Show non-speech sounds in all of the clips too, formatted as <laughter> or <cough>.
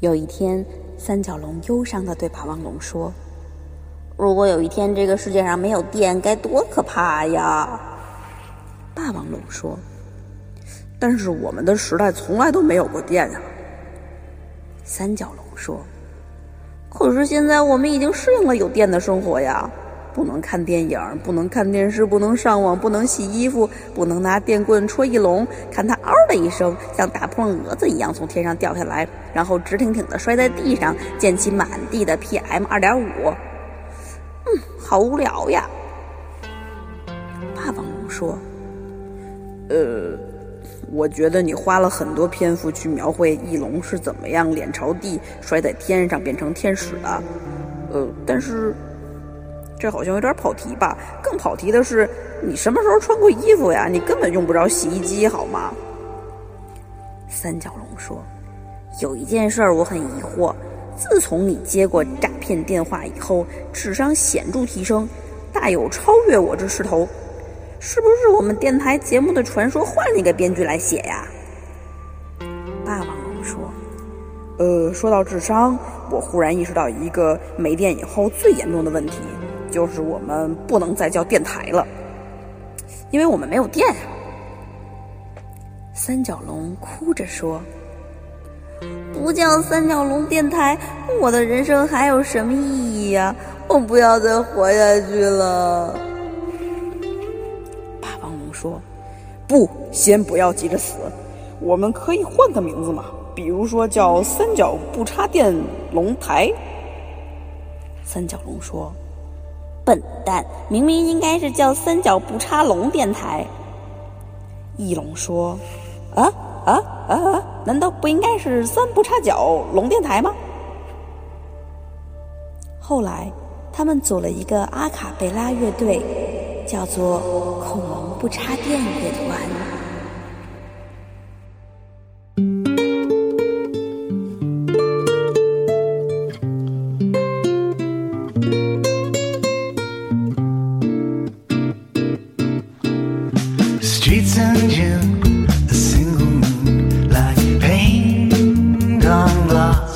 有一天，三角龙忧伤地对霸王龙说如果有一天这个世界上没有电，该多可怕呀！：“霸王龙说，但是我们的时代从来都没有过电呀、三角龙说，可是现在我们已经适应了有电的生活呀。不能看电影，不能看电视，不能上网，不能洗衣服，不能拿电棍戳翼龙，看它嗷的一声，像打破蛾子一样从天上掉下来，然后直挺挺的摔在地上，溅起满地的 PM 二点五。嗯，好无聊呀！霸王龙说，我觉得你花了很多篇幅去描绘翼龙是怎么样脸朝地摔在天上变成天使的，呃，但是这好像有点跑题吧？更跑题的是，你什么时候穿过衣服呀？你根本用不着洗衣机，好吗？三角龙说，有一件事儿我很疑惑，自从你接过诈骗电话以后，智商显著提升，大有超越我之势头。是不是我们电台节目的传说换了一个编剧来写呀？霸王龙说，呃，说到智商，我忽然意识到一个没电以后最严重的问题，就是我们不能再叫电台了，因为我们没有电呀。三角龙哭着说，不叫三角龙电台，我的人生还有什么意义呀、我不要再活下去了。霸王龙说，不，先不要急着死，我们可以换个名字嘛，比如说叫“三角不插电龙台三角龙说，笨蛋，明明应该是叫三角不插龙电台。翼龙说，”啊啊啊啊！难道不应该是“三不插脚龙电台”吗？后来，他们组了一个阿卡贝拉乐队，叫做“恐龙不插电乐团”。 Streets in June, a single moon, like paint on glass.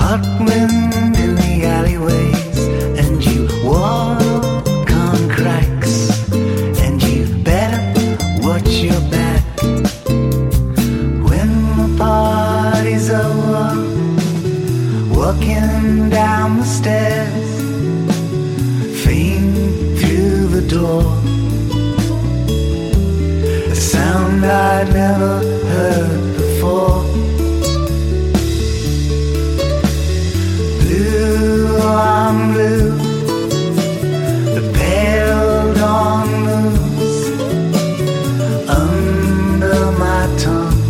Hot wind in the alleyways, and you walk on cracks, and you better watch your back. When the party's over, walking down the stairs, faint through the door. A sound I'd never heard before. Blue on blue, the pale dawn moves under my tongue,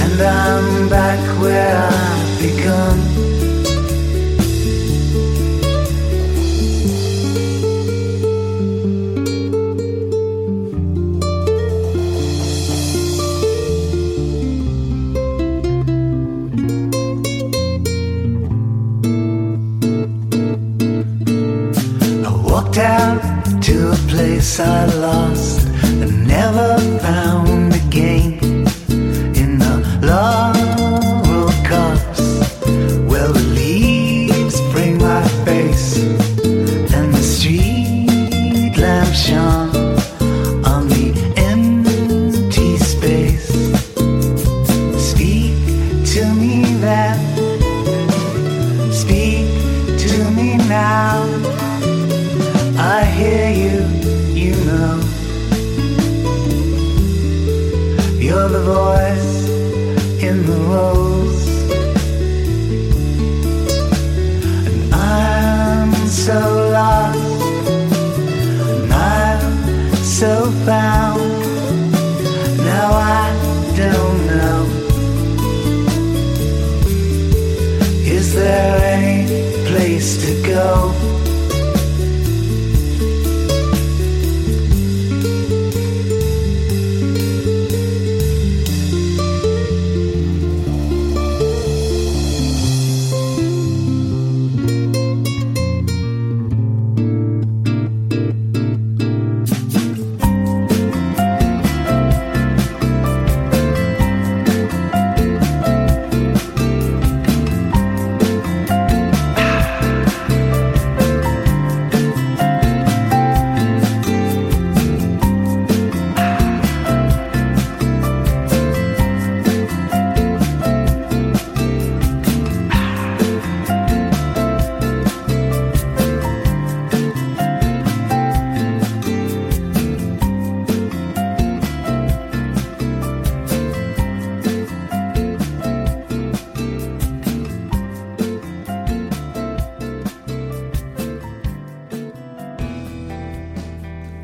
and I'm back where I begun. I walked out to a place I lost and never found again. In the laurel cups, well, the leaves spring my face, and the street lamp shone on the empty space. Speak to me then, speak to me now. I hear you, you know. You're the voice in the rose. And I'm so lost. And I'm so found. Now I don't know. Is there any place to go?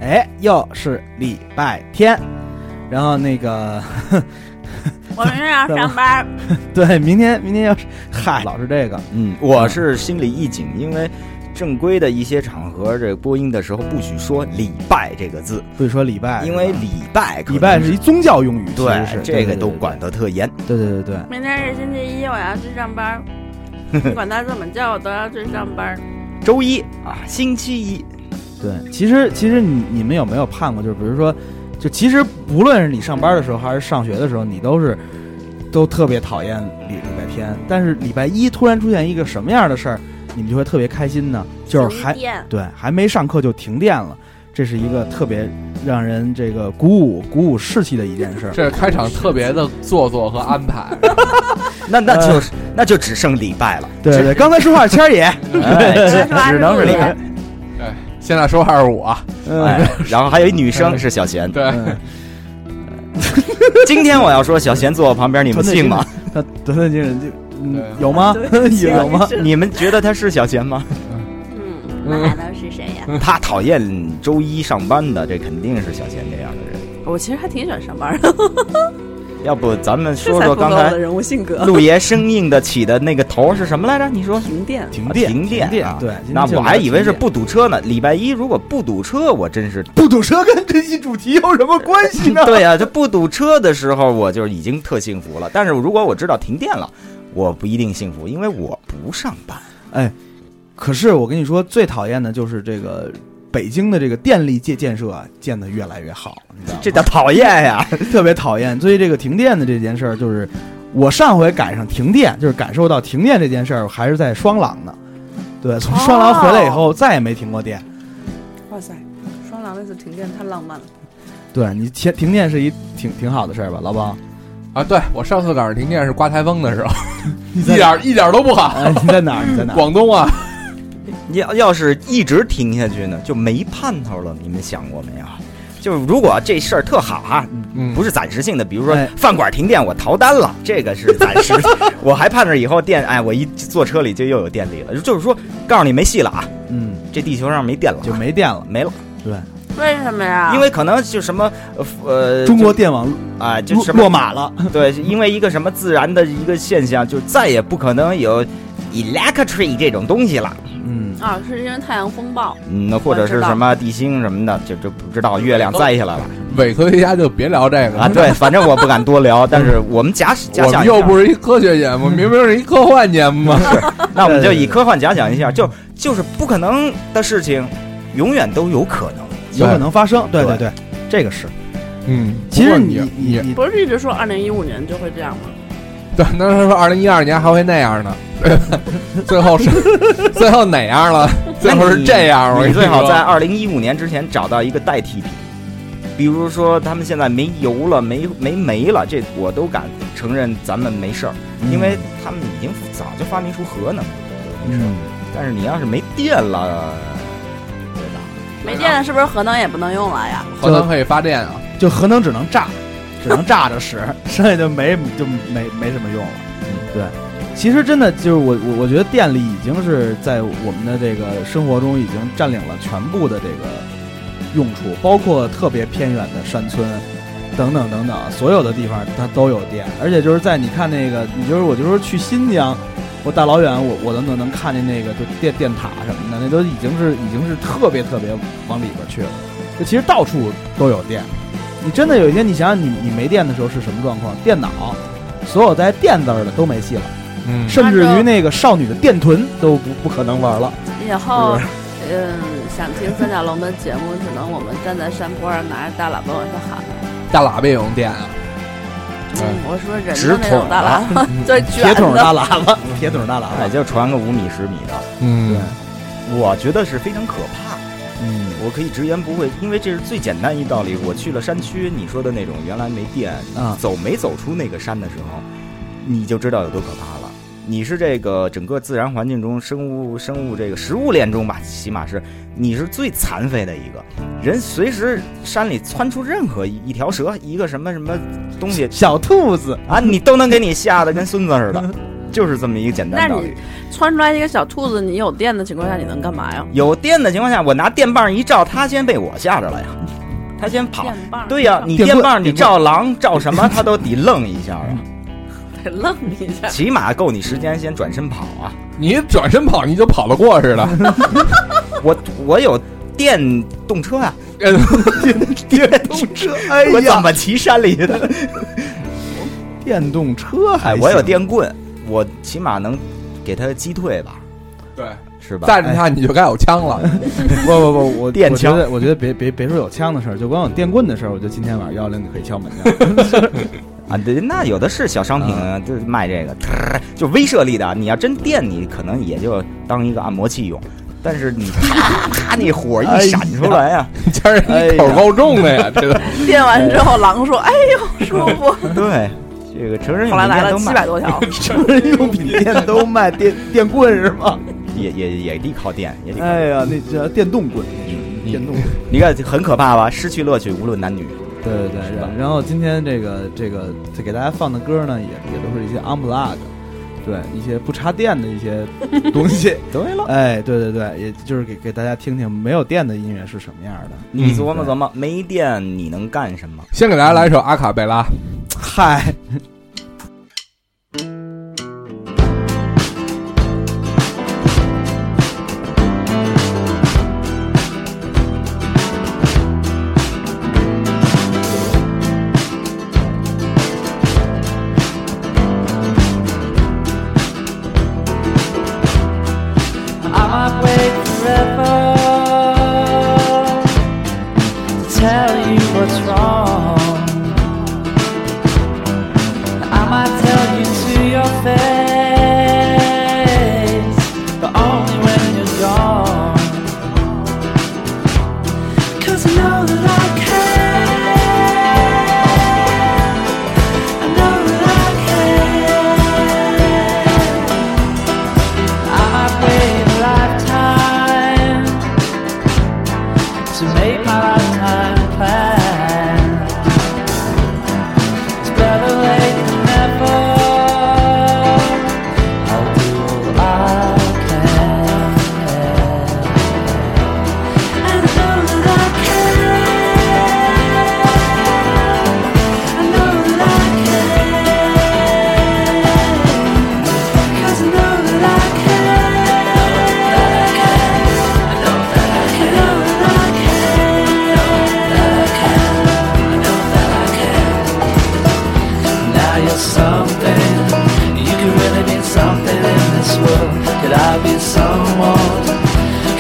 哎又是礼拜天，然后那个 <laughs> 我明天要上班，对，明天明天要是嗨，老是这个，嗯，我是心里一紧，因为正规的一些场合，这播音的时候不许说“礼拜”这个字，不许说礼拜，因为礼礼拜可能哎礼拜是一宗教用语，对其实是这个都管，得特严。对对对对对对明天是星期一，我要去上 <laughs> 班。不管他怎么叫，我都要去上班。周一啊，星期一，对对。其实其实你你们有没有盼过，就是比如说，就其实无论是你上班的时候还是上学的时候，你都是都特别讨厌礼礼拜天，但是礼拜一突然出现一个什么样的事儿，你们就会特别开心呢？就是还停电对，还没上课就停电了，这是一个特别让人这个鼓舞鼓舞士气的一件事儿。这是开场特别的做作和安排，那那就是那就只剩礼拜了。呃对对，刚才说话谦 <laughs> 儿也，只，哎 <laughs> <laughs> 只刚才说话是只能是礼陆拜爷。对，现在说话是我，啊嗯 <laughs> 哎，然后还有一女生是小贤。对，嗯，今天我要说小贤坐我旁边，你们信吗？他得罪精神就嗯对有吗？ <laughs> 有吗？你们觉得他是小贤吗？嗯，那还能是谁呀？他讨厌周一上班的，这肯定是小贤这样的人。我其实还挺喜欢上班的，要不咱们这 <laughs> 说才说符合我刚才的人物性格。陆爷生硬的起的那个头是什么来着？你说停电，停电，停电，电啊对。那我还以为是不不堵车呢。礼拜一如果不堵车，我真是不堵车跟这期主题有什么关系呢？ <laughs> 对 <laughs> 啊，这不堵车的时候，我就已经特幸福了。但是如果我知道停电了，我不一定幸福，因为我不上班。 <laughs> 可是我跟你说，最讨厌的就是这个北京的这个电力建建设啊，建的越来越好，你知道吗？这叫讨厌呀！特别讨厌。所以这个停电的这件事儿，就是我上回赶上停电，就是感受到停电这件事儿，还是在双廊呢。对，哦从双廊回来以后，再也没停过电。哇塞，双廊那次停电太浪漫了。对你停停电是一挺挺好的事儿吧，老包？啊，对我上次赶上停电是刮台风的时 <laughs> 候，你一在点一点都不啊好，哎，你在哪儿？你在哪儿？广东啊， <laughs> 要要是一直停下去呢，就没盼头了。你们想过没有？啊就是如果这事儿特好啊，嗯，不是，是暂时性的，比如说哎饭馆停电，我逃单了，这个是暂时的。 <laughs> 我还盼着以后电，哎，我一坐车里就又有电力了。就是说，告诉你没戏了啊，嗯，这地球上没电了啊，就没电了。没了。为什么呀？因为可能就什么呃，中国电网啊、哎就落什么落马了，对，因为一个什么自然的一个现象，就再也不可能有 electricity 这种东西了。嗯，啊，是因为太阳风暴。嗯，那或者是什么地心什么的，就就不知道月亮摘下来了伪科学家就别聊这个啊。对，反正我不敢 <laughs> 多聊，但是我们假假我想们一下又不是一科学节 <laughs> 目，明明是一科幻节目嘛。那我们就以科幻假想一下，就就是不可能的事情，永远都有可能。有可能发生。对对对，这个是。嗯， <laughs> 其不实过你你你你不是一直说二零一五年就会这样吗？对，那他说二零一二年还会那样呢， <laughs> 最后是 <laughs> 最后哪样 <laughs> 了？最后是这样，我跟你说最好在二零一五年之前找到一个代替品，比如说他们现在没油了，没没煤了，这我都敢承认咱们没事儿，嗯因为他们已经早就发明出核能了，没事儿。嗯，但是你要是没电了，对吧？没电了，是不是核能也不能用了呀？核能可以发电啊。就核能只能炸，只能炸着使，剩下就没就没没什么用了。对，其实真的就是我我我觉得电力已经是在我们的这个生活中已经占领了全部的这个用处，包括特别偏远的山村。等等等等，所有的地方它都有电，而且就是在你看那个，你就是我就说去新疆，我大老远我我都能能看见那个就电电塔什么的，那都已经是已经是特别特别往里边去了。就其实到处都有电，你真的有一天，你想想你你没电的时候是什么状况？电脑，所有带“电”字儿的都没戏了，嗯甚至于那个少女的电臀都不不可能玩了。以后，嗯，想听三角龙的节目，只能我们站在山坡上拿着大喇叭往上喊。大喇叭也用电啊。嗯，我说人哎直的那种筒大啊喇 <laughs> 叭，最铁卷桶的。大喇叭，铁桶大喇也叭，哎就传个五米十米的，嗯我觉得是非常可怕的。嗯，我可以直言不讳，因为这是最简单一道理。我去了山区，你说的那种原来没电，啊走没走出那个山的时候，你就知道有多可怕了。你是这个整个自然环境中生物生物这个食物链中吧，起码是你是最残废的一个人，随时山里窜出任何一一条蛇，一个什么什么 <laughs> 东西小兔子，啊，你都能给你吓得跟孙子似 <laughs> 的，就是这么一个简单道理。窜出来一个小兔子，你有电的情况下，你能干嘛呀？有电的情况下，我拿电棒一照，它先被我吓着了呀。他先跑。电棒，对 <laughs> 呀、你电电棍棒，你照狼照什么，他都得愣一下嗯啊，得愣一下。起码够你时间先转身跑啊。你转身跑，你就跑得过似 <laughs> 的。我我有电动车啊，电 <laughs> 动车，哎我怎呀，么骑山里去的？电动车还哎，行我有，电棍，我起码能给他击退吧，对，是吧？再着他你就该有枪了。不不不，我电我觉枪得我觉得别别别说有枪的事儿，就光有电棍的事儿，我觉得今天晚上幺幺零你可以敲门去。啊，对，那有的是小商品，啊就是卖这个，嘚就威慑力的啊。你要真电，你可能也就当一个按摩器用。但是你 <laughs> 啪啪，那火一哎闪出来呀、今儿一口够重的哎呀，这个电完之后，狼说：“哎呦，舒 <laughs> 服。对，这个成人”后用来来品店了都七卖百，多条，成人用品店都卖电电棍是吗？也也也得靠电，也得靠电。哎呀，那叫电动棍，嗯电动棍。你看很可怕吧？失去乐趣，无论男女。对对对，是吧然然后今天这个这个给大家放的歌呢，也也都是一些 unplug，对一些不插电的一 <laughs> 些东西。对了，哎，对对对，也就是给给大家听听没有电的音乐是什么样的。你琢磨琢磨，没电你能干什么？先给大家来一首阿卡贝拉。嗨， I might wait forever to tell you what's wrong. I might tell you to your face, but only when you're gone. Cause I know that I can. I know that I can. I might wait a lifetime to make my lifetime plan. It's better late than never. I'll do all I can. And I know that I can. I know that I can. Cause I know that I can. I know that I can. I know that I can. I know that I can. Now you're something. You could really be something in this world. Could I be someone?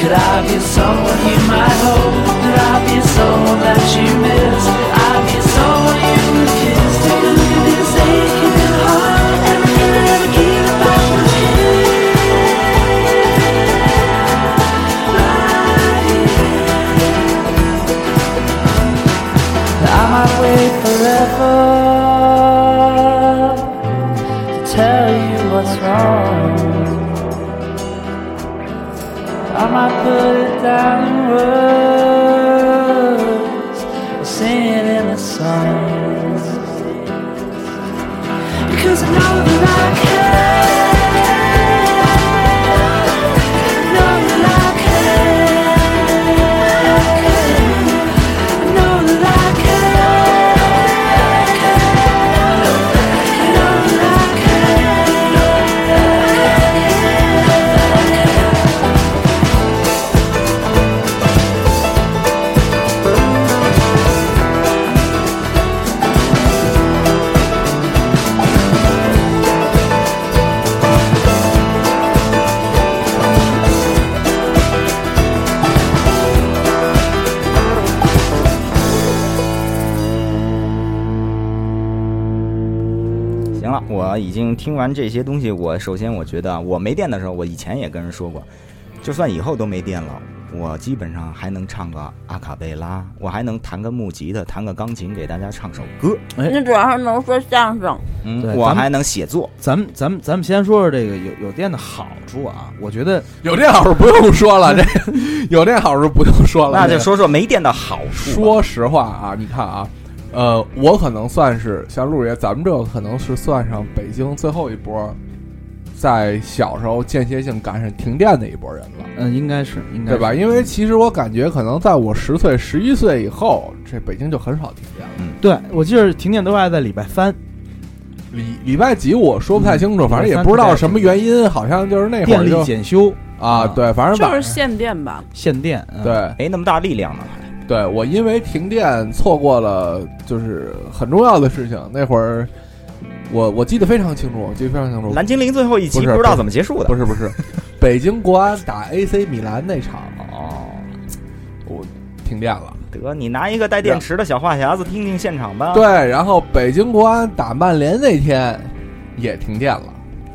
Could I be someone you might hold? Could I be someone that you miss? Could I be someone you could kiss? Take a look at this aching little heart. Everything that ever came about was here. I might wait forever to tell you what's wrong. I might put it down in words or sing it in a song. Because I know that I can. I know that I can. I know that I can. I know that I can. 行了，我已经听完这些东西，我首先我觉得啊我没电的时候，我以前也跟人说过，就算以后都没电了，我基本上还能唱个阿卡贝拉，我还能弹个木吉他，弹个钢琴，给大家唱首歌。哎你主要是能说相声。嗯对，我咱们还能写作。咱们咱们咱们先说说这个有有电的好处啊，我觉得有这好处不用说 <laughs> 了，这有这好处不用说了。那这就个说说没电的好处吧。说实话啊，你看啊，呃，我可能算是像陆爷，咱们这个可能是算上北京最后一波在小时候间歇性赶上停电的一波人了。嗯，应该是应该对是吧？因为其实我感觉，可能在我十岁、十一岁以后，这北京就很少停电了。对我记得停电都爱在礼拜三，礼礼拜几我说不太清楚，嗯反正也不知道什么原因，好像就是那会电儿力就检修啊，对，反正就是晚限电吧，限电，嗯，对没那么大力量呢，对，我因为停电错过了就是很重要的事情。那会儿我我记得非常清楚，我记得非常清楚。蓝精灵最后一期不是不知道怎么结束的，不是不 <laughs> 是，北京国安打 AC 米兰那场哦，我停电了。得你拿一个带电池的小话匣子听听现场吧。啊对，，然后北京国安打曼联那天也停电了。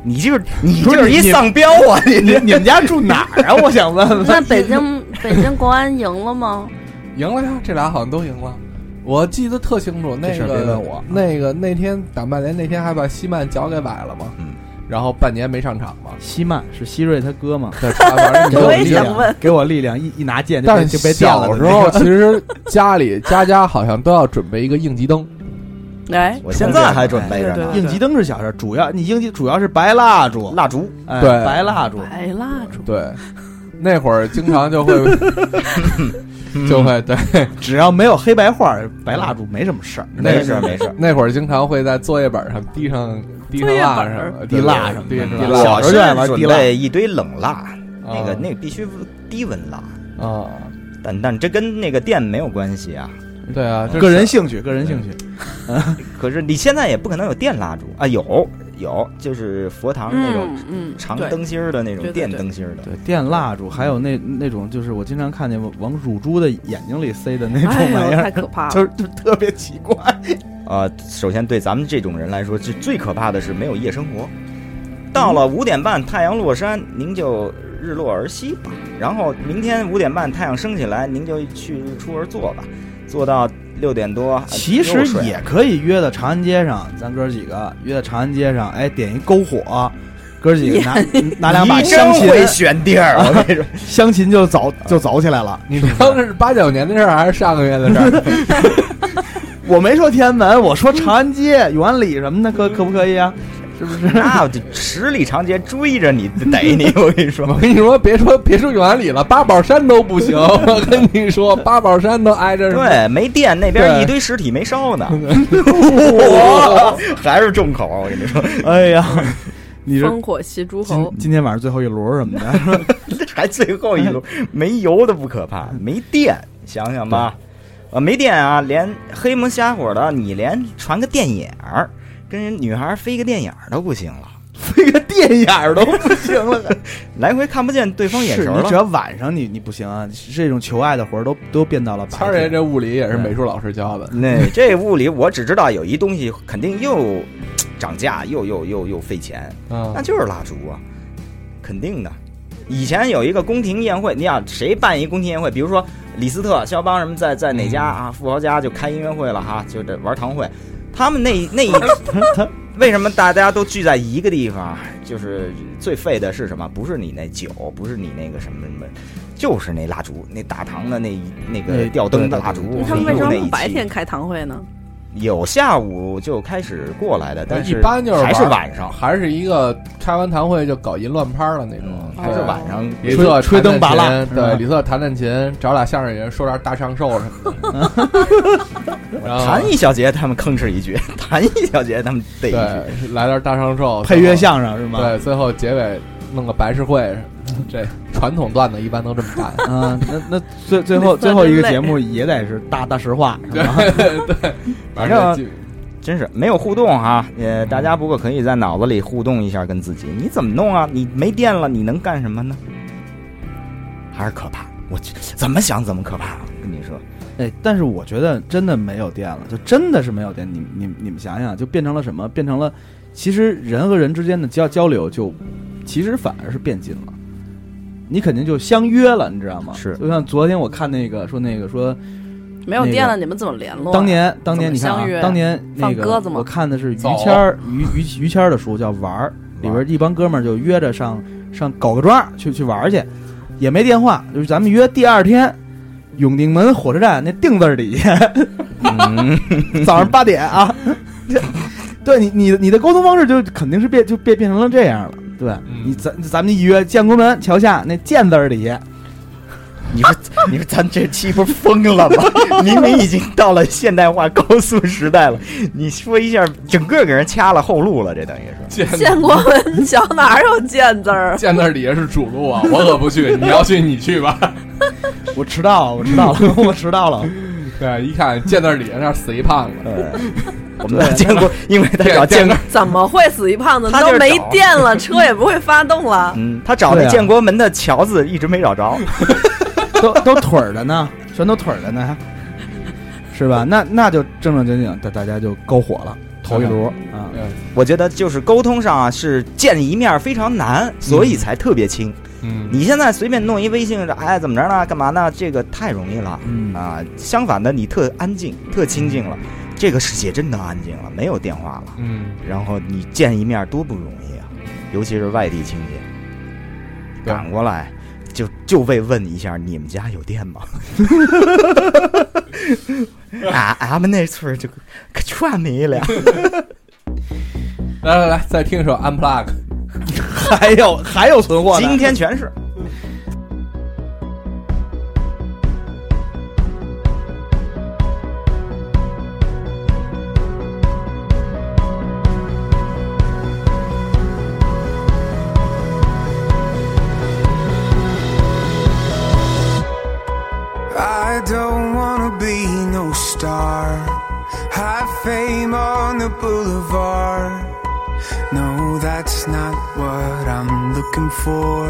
你就是你不是就是一你丧彪啊！你你你们家住哪儿啊？我想问 <laughs> 问。那北京北京国安赢了吗？赢了呀，这俩好像都赢了。我记得特清楚，那事儿个别问我。那个那天打曼联那天还把西曼脚给崴了嘛，嗯，然后半年没上场嘛希曼是希瑞他哥吗？对反 <laughs> 正你给就我我也力想量问给我力量，一一拿剑就但被是就被电了小的时那候， <laughs> 个。其实家里家家好像都要准备一个应急灯，哎，我现在还准备着对对呢，应急灯是小事儿，主要你应急主要是白蜡烛，蜡烛哎对白蜡烛，白蜡烛，对，那会儿经常就会就会对，只要没有黑白画，白蜡烛没什么事儿。那没事没事。那会儿经常会在作业本上滴上滴上作业本蜡儿什么的，滴蜡什么的滴是吧滴小蜡时候我是就爱玩准滴蜡备一堆冷蜡，那个啊那个必须低温蜡，啊，但但这跟那个电没有关系啊。对啊，这个人兴趣，个人兴趣，可是你现在也不可能有电蜡烛啊，有有，就是佛堂那种嗯嗯，长对灯芯儿的那种对对电对灯芯儿的，对，电蜡烛，还有那那种就是我经常看见往往乳猪的眼睛里塞的那种哎玩意呦，太儿，可怕就了，是就特别奇怪。啊，首先对咱们这种人来说，最最可怕的是没有夜生活。到了五点半，太阳落山，您就日落而息吧。然后明天五点半太阳升起来，您就去日出而作吧，做到六点多。啊 <laughs> 其又实睡也可以约到长安街上，咱哥几个约到长安街上，哎，点一篝火，哥几个拿拿两把你香真芹，会选地儿， <laughs> 我跟你说，香芹就走就走起来了。你说的是八九年的事儿还是上个月的事儿？ <laughs> 我没说天安门，我说长安街、永安里什么的，可可不可以啊？是不 <laughs> 是？那我就十里长街追着你逮你，我跟你说我。跟你说，别说别说永安里了，八宝山都不 <laughs> 行。我跟你说，八宝山都挨着。，对，没电，那边对一堆尸体没烧呢，哇 <laughs> 还是重口。啊我跟你说，哎呀，你说烽火戏诸今侯，今天晚上最后一轮什么的， <laughs> 还最后一 <laughs> 路没油的不可怕，没电，想想吧，呃，没电啊，连黑蒙瞎火的，你连传个电影儿，跟人女孩飞个电影儿都不行了，飞个电 <laughs> 眼儿都不行了。 <laughs> 来回看不见对方眼是神你只了。要晚上你你不行啊，这种求爱的活儿都都变到了白谦儿爷天。这物理也是美术老师教的。那这物理我只知道有一东西肯定又涨价，又又又又费钱，嗯那，就是蜡烛啊，肯定的。以前有一个宫廷宴会，你想谁办一宫廷宴会？比如说李斯特、肖邦什么在在哪家啊富豪家就开音乐会了哈、就这玩堂会。他们那那一为什么大家都聚在一个地方？就是最废的是什么？不是你那酒，不是你那个什么什么，就是那蜡烛，那大堂的那那个那吊灯的蜡烛。那他们为什么那一不白期天开堂会呢？有下午就开始过来的？但一是般就是还是玩晚上，还是一个开完堂会就搞淫乱拍的那种嗯，，还是晚上李特哦吹吹灯拔弹弹蜡嗯琴是吧对，李特弹弹琴，找俩相声演员说点大长寿什么 <laughs> 的，然后弹一小节，他们吭哧一句； <laughs> 弹一小节，他们得一对句。来点大长寿配乐，相声是吗？最后对，最后结尾弄个白事会 <laughs> 什么的，这传统段子一般都这么干。嗯，那那最最后最后一个节目也得是大大实话，是吧？反反正真是没有互动哈。呃，大家不过可以在脑子里互动一下跟自己，你怎么弄啊？你没电了，你能干什么呢？还是可怕，我去怎么想怎么可怕。啊我跟你说，哎，但是我觉得真的没有电了，就真的是没有电。你你你们想想，就变成了什么？变成了，其实人和人之间的交交流就，其实反而是变近了。你肯定就相约了，你知道吗？是就像昨天我看那个说那个说，没有电那了，你们怎么联络啊？当年当年你看相啊约，当年那放个鸽子吗我看的是于走谦儿于于于谦儿的书叫《玩儿》，里边一帮哥们儿就约着上上搞个庄儿去去玩儿去，也没电话，就是咱们约第二天。永定门火车站那“定”字儿底下，嗯， <laughs> 早上八点啊。对你，你的你的沟通方式就肯定是变就变变成了这样了。对嗯你咱咱们一约，建国门桥下那“建”字儿底下，你说 <laughs> 你说咱这期不是疯了吗？ <laughs> 明明已经到了现代化高速时代了，你说一下，整个给人掐了后路了，这等于 <laughs> 是。见建国 <laughs> 门桥哪有建字儿？见那底下是主路啊，我可不去，你要去你去吧。我迟到了，我迟到了， <laughs> 我迟到了。对，一看见那底下那死一胖子，呃，我们的建国，因为他找见建那国，怎么会死一胖子？他就都是没找电了，车也不会发动 <laughs> 了。嗯，他找那对啊建国门的桥字一直没找着。 <laughs> 都都腿儿着呢，全都腿儿着呢，是吧？那那就正正经经，大大家就篝火了，头嗯一炉啊，我觉得就是沟通上啊，是见一面非常难，所以才特别亲。嗯，你现在随便弄一微信，哎，怎么着呢？干嘛呢？这个太容易了。 <laughs> 嗯啊，相反的，你特安静，特清静了。这个世界真的安静了，没有电话了。嗯，然后你见一面多不容易啊，尤其是外地亲戚，对赶过来就就为问一下你们家有电吗？ <laughs> 俺啊俺们那村儿就可全没了。来来来，再听一首 Unplug。还有还有存货呢今天全是。 I don't wanna be no star. High fame on the boulevard. No, that's not what I'm looking for.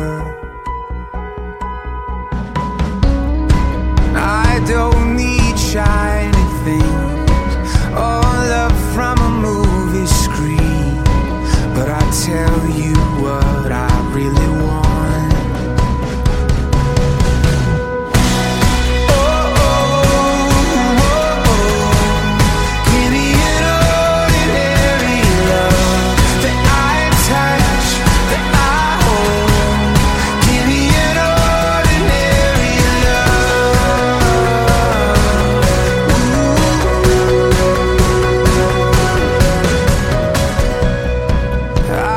I don't need shiny things, all love from a movie screen. But I tell you what I really want.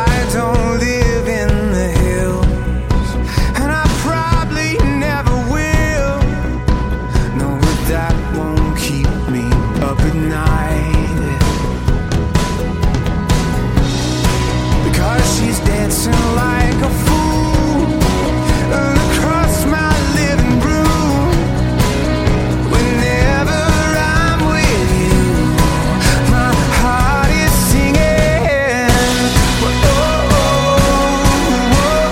I don't live in the hills, and I probably never will. No, but that won't keep me up at night. Because she's dancing like a fool across my living room. Whenever I'm with you, my heart is singing. Whoa, whoa,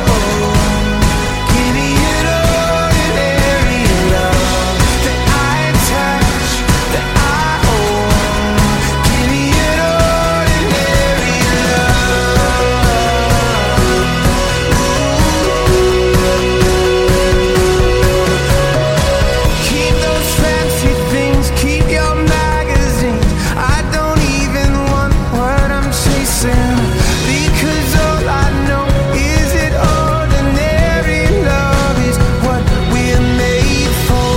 whoa. Give me an ordinary love that I touch, that I own. Give me an ordinary love. Keep those fancy things, keep your magazines. I don't even want what I'm chasing. Because all I know is that ordinary love is what we're made for.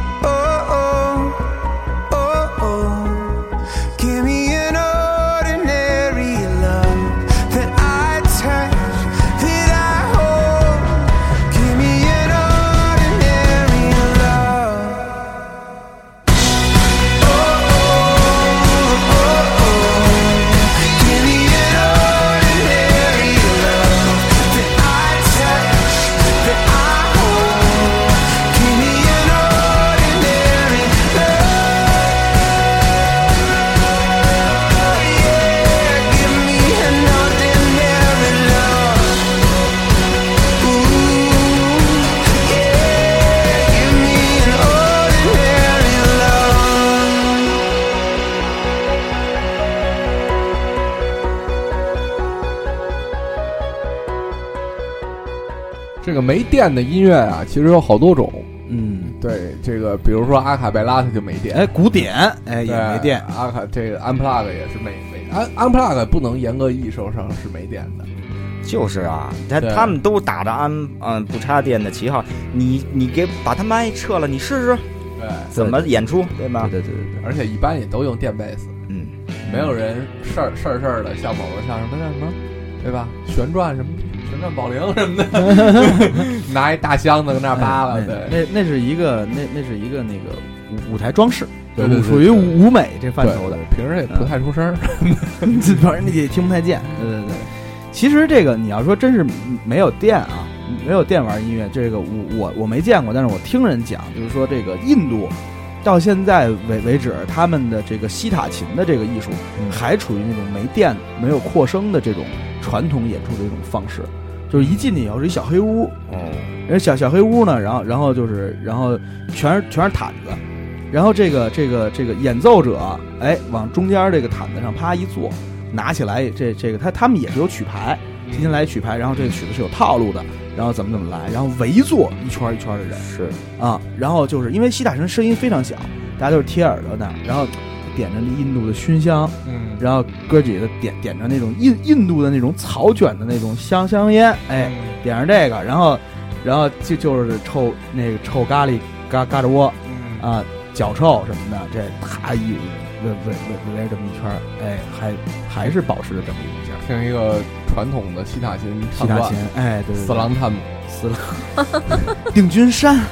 Oh, oh, oh, oh. Give me an ordinary love that I touch, that I hold. Give me an ordinary love. Oh, oh, oh, oh. Give me an ordinary love that I touch, that I hold. Give me an ordinary love, yeah. Give me an ordinary love, ooh, yeah. Give me an ordinary love. 这个没电的音乐啊，其实有好多种。嗯，对，这个比如说阿卡贝拉，它就没电。哎，古典哎也对没电，阿卡这个 unplug 也是没没安 unplug 不能严格意义上上是没电的。就是啊，他对他们呃都打着安嗯不插电的旗号，你你给把他麦撤了，你试试，对，怎么演出，对啊吧？对对对对，而且一般也都用电贝斯，嗯，没有人事儿事儿事儿的，像某个像什么叫什么，对吧？旋转什么旋转宝铃什么的， <laughs> 拿一大箱子跟那儿扒拉，对哎嗯那那是一个那那是一个那个舞舞台装饰，对对对属于舞舞美这范畴的。对平时也不太出声儿， <laughs> 这反正你也听不太见。对对对，其实这个你要说真是没有电啊，没有电玩音乐，这个我我我没见过，但是我听人讲，就是说这个印度到现在为为止，他们的这个西塔琴的这个艺术还处于那种没电、没有扩声的这种传统演出的这种方式，就是一进去以后是一小黑屋，哦，人小小黑屋呢，然后然后就是然后全是全是毯子，然后这个这个这个演奏者哎往中间这个毯子上啪一坐，拿起来这这个他他们也是有曲牌，提前来曲牌，然后这个曲子是有套路的，然后怎么怎么来，然后围坐一圈一圈的人是，啊，然后就是因为西塔神声音非常小，大家都是贴耳朵那儿，然后点着印度的熏香， <laughs> 嗯，然后哥几个点点着那种印印度的那种草卷的那种香香烟，哎。点上这个，然后，然后就就是臭那个臭咖喱嘎嘎吱窝嗯，啊，脚臭什么的，这啪一围围围围着这么一圈儿，哎，还还是保持着这么一个劲儿。听一个传统的西塔琴西唱塔段琴，哎，对对对，四郎探母四郎，定军山，好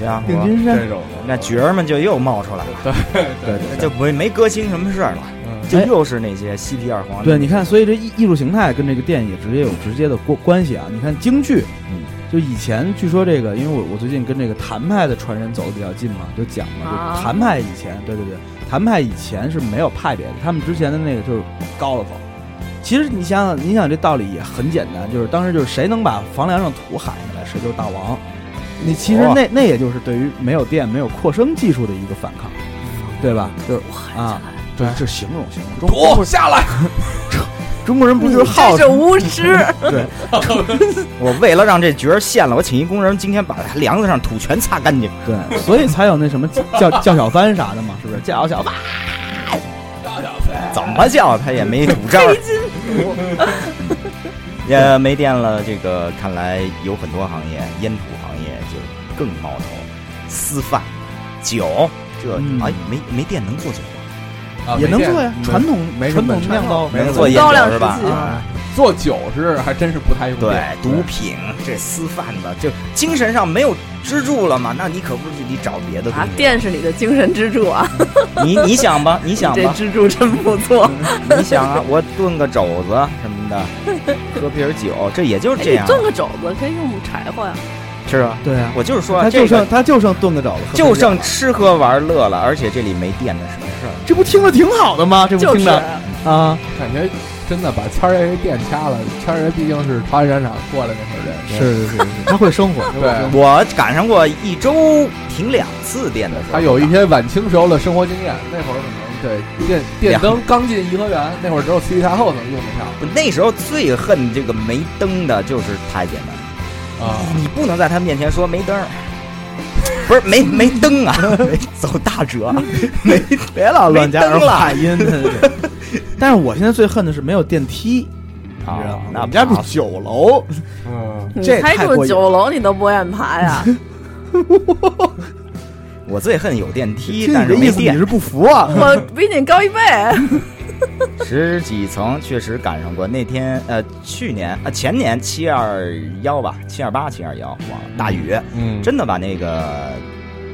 家定伙，军山，这种的，那角儿们就又冒出来了，对那对就对。没没歌星什么事儿了，嗯就又是那些嬉皮二黄。对，你看，，所以这艺艺术形态跟这个电影直接有直接的关关系啊。你看京剧，嗯，就以前据说这个，因为我我最近跟这个谭派的传人走的比较近嘛，就讲嘛，啊就谭派以前，对对对，谭派以前是没有派别的，他们之前的那个就是高了走。其实你想想，你想这道理也很简单，就是当时就是谁能把房梁上土喊下来，谁就是大王。你其实那那也就是对于没有电、没有扩声技术的一个反抗，对吧？就是啊，对这形容形容中中土国下来，中国人不就是好这是巫 <laughs> 师，对，我为了让这角儿现了，我请一工人今天把梁子上土全擦干净。对，所以才有那什么叫叫小三啥的嘛，是不是？叫小三，哎怎么叫他也没鼓招。也没电了，这个看来有很多行业，烟土行业就更冒头，私贩、酒，这、嗯哎没没电能做酒吗？啊也能做呀没，传统没什传么统酿哦造没能有做烟高粱酒是吧时？期嗯啊做酒是还真是不太用对电，毒品这私贩子，就精神上没有支柱了嘛，那你可不是得找别的东啊，西。电是你的精神支柱啊，你你想吧，你想这吧，支柱真不错。你想啊，我炖个肘子什 <laughs> 么的，喝瓶酒，这也就是哎， <laughs> 这你样。啊炖个肘子可以用柴火呀，是啊，对啊，我就是说他啊，就这个剩他就剩炖个肘子，就剩吃喝玩乐了，而且这里没电的什么事儿。这不听着挺好的吗？这不就是听着啊，感觉真的把谦儿爷给电掐了。谦儿爷毕竟是朝鲜战场过来那口人，是是是， <laughs> 他会生活，对，我赶上过一周停两次电的时候，他哎有一些晚清时候的生活经验。那会儿可能对电电灯刚进颐和园，那会儿只有慈禧太后能用得上那时候最恨这个没灯的就是太监们，啊。哦你不能在他面前说没灯儿， <laughs> 不是没没灯啊， <laughs> 没走大 <laughs> 辙，没别老乱加没点灯了话音。对对对但是我现在最恨的是没有电梯，你知道啊吗，那我们家住不好九楼，嗯，你这才太住过瘾九楼，你都不愿意爬 <laughs> 呀？我最恨有电梯，听但你是这没意思你电是，不服 <laughs> 啊？我比你高一倍， <laughs> 十几层确实赶上过。那天呃，去年呃前年七二幺吧，七二八七二幺忘了，大雨，嗯真的把那个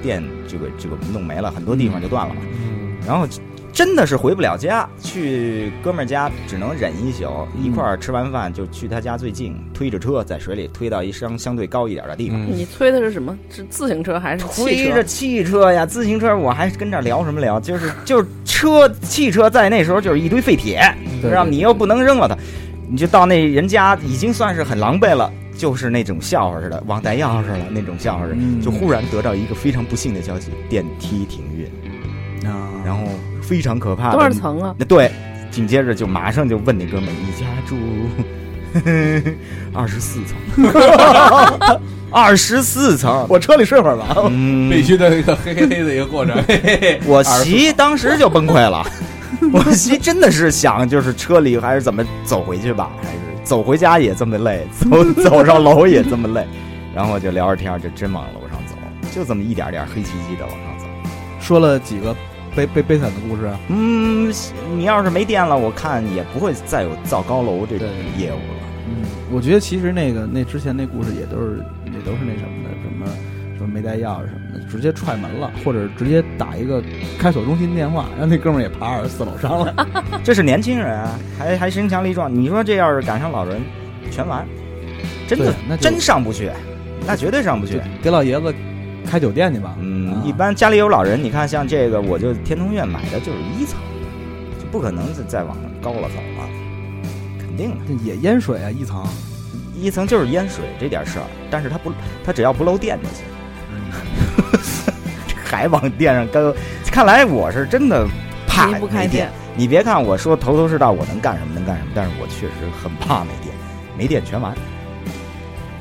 电这个这个弄没了，很多地方就断了嘛。嗯然后真的是回不了家，去哥们儿家只能忍一宿，一块儿吃完饭就去他家最近，推着车在水里推到一相相对高一点的地方。嗯你推的是什么？是自行车还是汽推车着？汽车呀，自行车，我还跟这儿聊什么聊？就是 <laughs> 就是车汽车在那时候就是一堆废铁，对让你又不能扔了它，你就到那人家已经算是很狼狈了，就是那种笑话似的，忘带钥匙了那种笑话似的，嗯就忽然得到一个非常不幸的消息，电梯停运，啊然后非常可怕的。多少层啊？那对，紧接着就马上就问那哥们儿，你家住 <laughs> 二十四层？ <laughs> 二十四层。我车里睡会儿吧。嗯，必须的一个嘿嘿嘿的一个过程。嘿嘿嘿我媳当时就崩溃 <laughs> 了，我媳真的是想，就是车里还是怎么走回去吧，还是走回家也这么累，走 <laughs> 走上楼也这么累，然后就聊着天儿就真往楼上走，就这么一点点黑漆漆的往上走，说了几个悲悲悲惨的故事啊？嗯，你要是没电了，我看也不会再有造高楼这种业务了。嗯，我觉得其实那个那之前那故事也都是也都是那什么的，什么什么没带钥匙什么的，直接踹门了，或者直接打一个开锁中心电话，让那哥们儿也爬二十四楼上了。这是年轻人啊，还还身强力壮。你说这要是赶上老人，全完，真的对那就真上不去，那绝对上不去 <laughs> 就。给老爷子开酒店去吧。啊嗯，一般家里有老人，你看像这个，我就天通苑买的就是一层，就不可能再再往高了走了，肯定的。这也淹水啊，一层。一层就是淹水这点事儿，但是它不，它只要不漏电就行。 <laughs> 还往电上跟，看来我是真的怕离不开没电电。你别看我说头头是道，我能干什么能干什么，但是我确实很怕没电，没电全完。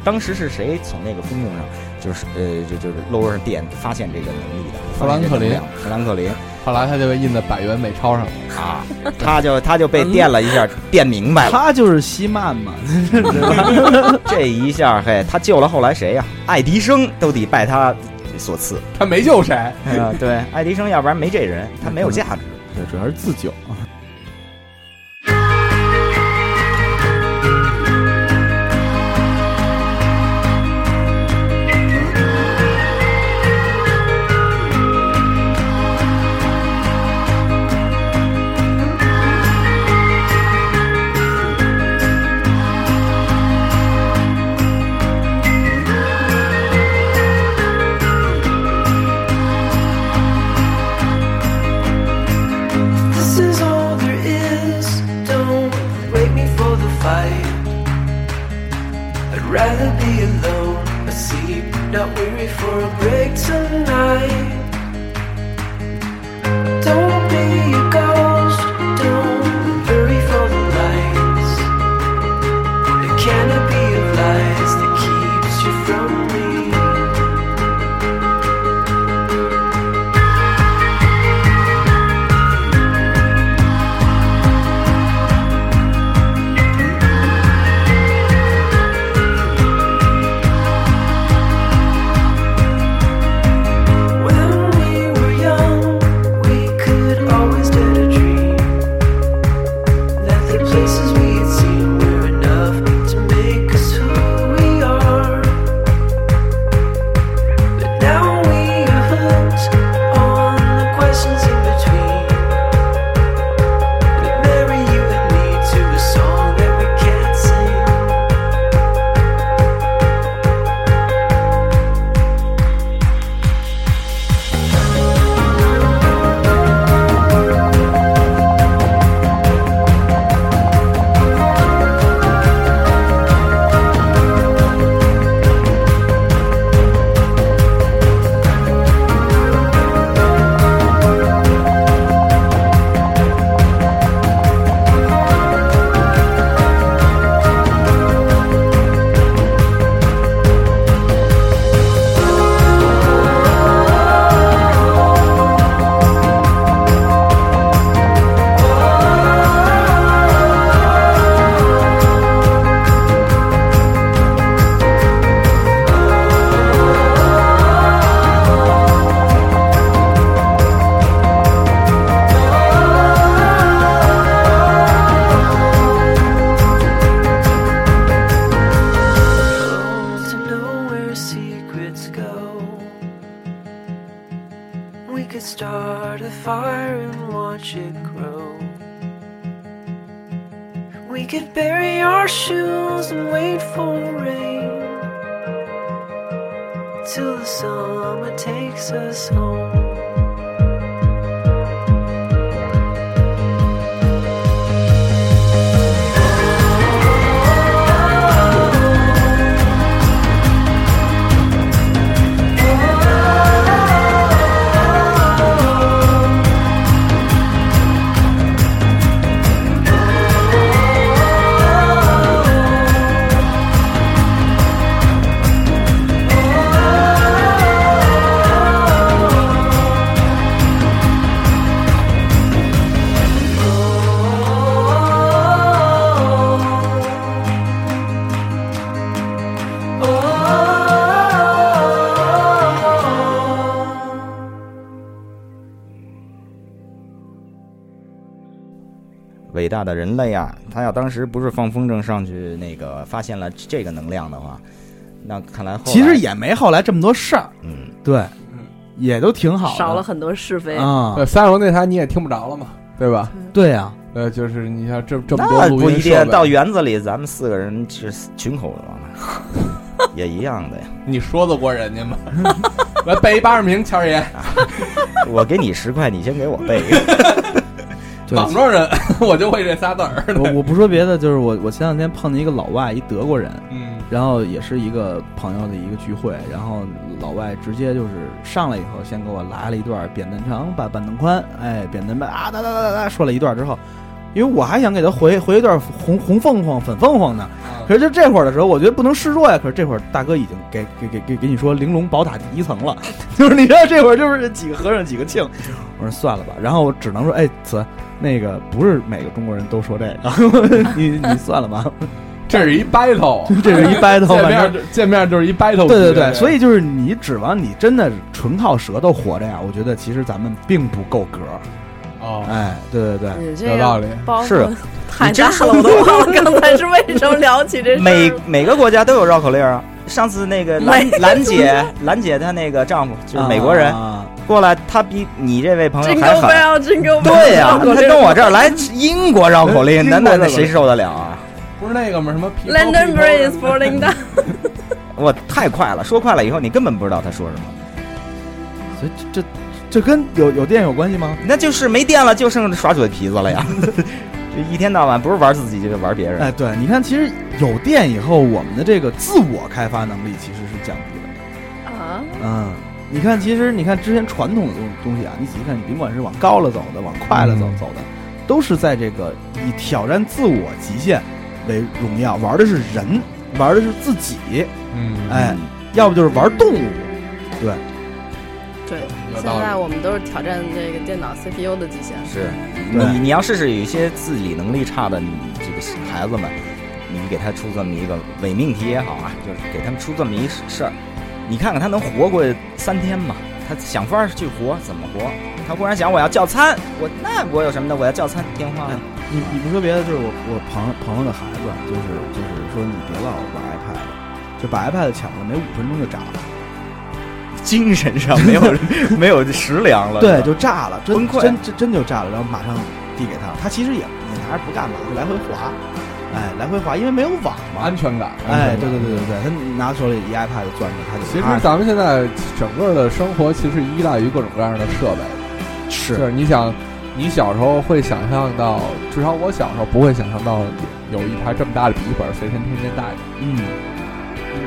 当时是谁从那个公众上，就是呃，就就是漏上电，发现这个能力的？富兰克林发现这个能量，富兰克林后来他就被印在百元美钞上了。啊，他就他就被电了一下，电明白了。他就是西曼嘛， <laughs> 这一下嘿，他救了后来谁呀、爱迪生都得拜他所赐 <laughs> 他没救谁，啊、对， <laughs> 爱迪生要不然没这人，他没有价值。对，主要是自救啊。 This is all there is. Don't wake me for the fight. I'd rather be alone, asleep, not weary for a break tonight. Don't be a ghost. Don't hurry for the lights. The canopy of lies that keeps you from me. When we were young, we could always dare to dream that the places we had seen were enough to make us who we are. But now we are hooked on the questions in between. But marry you and me to a song that we can't sing. alone to know where secrets go. We could start a fire and watch it grow. We could bury our shoes and wait for rain till the summer takes us home. 伟大的人类啊！他要当时不是放风筝上去，那个发现了这个能量的话，那看来后来其实也没后来这么多事儿，嗯，对，也都挺好的，少了很多是非。啊、呃，三楼那台你也听不着了嘛，对吧？对啊呀、呃，就是你像这这么多那录不一音设定。备到园子里，咱们四个人是群口的嘛， <laughs> 也一样的呀。你说得过人家 <laughs> 吗？来背一八十名，乔爷，我给你十块，你先给我背一个。对莽撞人， <laughs> 我就会这仨字 <laughs> 儿。我我不说别的，就是我我前两天碰见一个老外，一德国人，嗯，然后也是一个朋友的一个聚会，然后老外直接就是上来以后，先给我来了一段扁担长，把板凳宽，哎，扁担慢啊哒哒哒哒哒，说了一段之后，因为我还想给他回 <laughs> 回一段红红凤凰、粉凤凰呢，可是就这会儿的时候，我觉得不能示弱呀。可是这会儿大哥已经给给给给给你说玲珑宝塔第一层了， <laughs> 就是你知道这会儿就是几个和尚几个磬，我说算了吧，然后我只能说，哎，子，那个不是每个中国人都说这个， <laughs> 你你算了吧，这是一 <laughs> battle，这是一 battle，见反正面就见面就是一 battle 对对局对，所以就是你指望你真的纯靠舌头活着呀？我觉得其实咱们并不够格。哦，哎，对对对，你这有道理。包是啊袱太你真大了，我都忘 <laughs> 了刚才是为什么聊起这事儿每每个国家都有绕口令啊。上次那个兰每兰姐，兰姐她那个丈夫就是美国人啊过来，他比你这位 <laughs> 朋友 Jingle 啊还狠。 bell, jingle bell，对 <laughs> 呀、我他这跟我这儿来英国绕口 <laughs> 令，英国那那绕那口令谁受得了啊？不是那个吗？什么 people, <laughs> London people Bridge 什么的 falling down。我太快了，说快了以后你根本不知道他说什么，所以这这这跟有有电影有关系吗？那就是没电了，就剩耍嘴皮子了呀。 <laughs> 这一天到晚不是玩自己就是玩别人。哎，对，你看，其实有电以后，我们的这个自我开发能力其实是降低 <laughs> 了。啊，嗯，你看，其实你看之前传统的东东西啊，你仔细看，你甭管是往高了走的，往快了走嗯走的，都是在这个以挑战自我极限为荣耀，玩的是人，玩的是自己，嗯，哎，要不就是玩动物。对，对，有现道理在我们都是挑战这个电脑 CPU 的 <laughs> 极限。是对你你要试试有一些自理能力差的你这个孩子们，你给他出这么一个伪命题也好啊，就是给他们出这么一事儿，你看看他能活过三天吗？他想法儿去活，怎么活？他忽然想我要叫餐，我那我有什么呢？我要叫餐，电话哎呢你你不说别的，就是我我朋朋友的孩子，就是就是说你别老玩 iPad，就把 iPad 抢了，没五分钟就炸了，精神上没有 <laughs> 没有食粮了，是对，吧就炸了，崩真溃真真真就炸了，然后马上递给他，他其实也也拿着不干嘛，就来回滑，哎，来回滑，因为没有网嘛安，全感。哎，安全感对对对对对，他拿手里一 iPad 攥着，他就其实他咱们现在整个的生活其实依赖于各种各样的设备。是就是你想，你小时候会想象到，至少我小时候不会想象到有一台这么大的笔记本随身天天带着。嗯，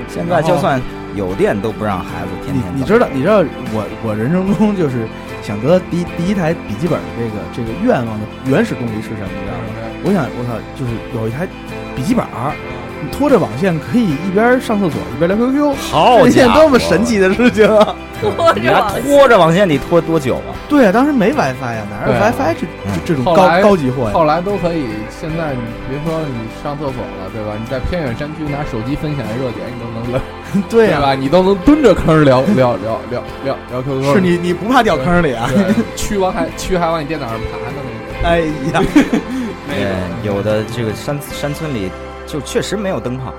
现在就算有电都不让孩子天嗯你天你走知道你知道我我人生中就是想得第一第一台笔记本的这个这个愿望的原始动力是什么，你知道吗？我想，我操，就是有一台笔记本儿，你拖着网线可以一边上厕所一边聊 QQ，好是一件家伙多么神奇的事情啊！拖你着还往前拖着往线里拖多久 <laughs> 啊？对啊，当时没 WiFi 呀、哪有对啊 WiFi 这嗯这这种后高来高级货呀？后来都可以，现在你别说你上厕所了，对吧？你在偏远山区拿手机分享一热点，你都能聊，对啊呀、吧？你都能蹲着坑聊聊聊聊聊聊 QQ。是你你不怕掉坑里啊？对蛆往海蛆还往你电脑上爬呢，哎呀，那个呃有的这个山山村里就确实没有灯泡，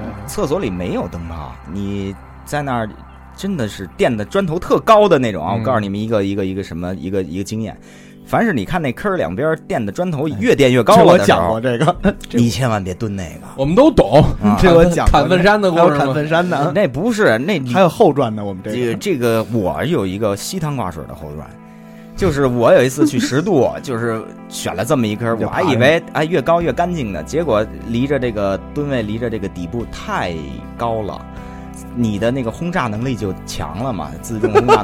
哎厕所里没有灯泡，你在那儿真的是垫的砖头特高的那种啊！嗯我告诉你们一个一个一个什么一个一个经验，凡是你看那坑儿两边垫的砖头越垫越高这了我的时讲候过，这个， <laughs> 这你千万别蹲那个，我们都懂。啊这我讲嗯过砍粪山的故还有事吗砍粪山呢，那不是那你还有后传呢，我们嗯这这个个这个，我有一个稀汤挂水的后传，就是我有一次去 <laughs> 十渡，就是选了这么一坑，就我爬还以为哎越高越干净呢，结果离着这个吨位，离着这个底部太高了。你的那个轰炸能力就强了嘛，自动 <laughs> 轰炸。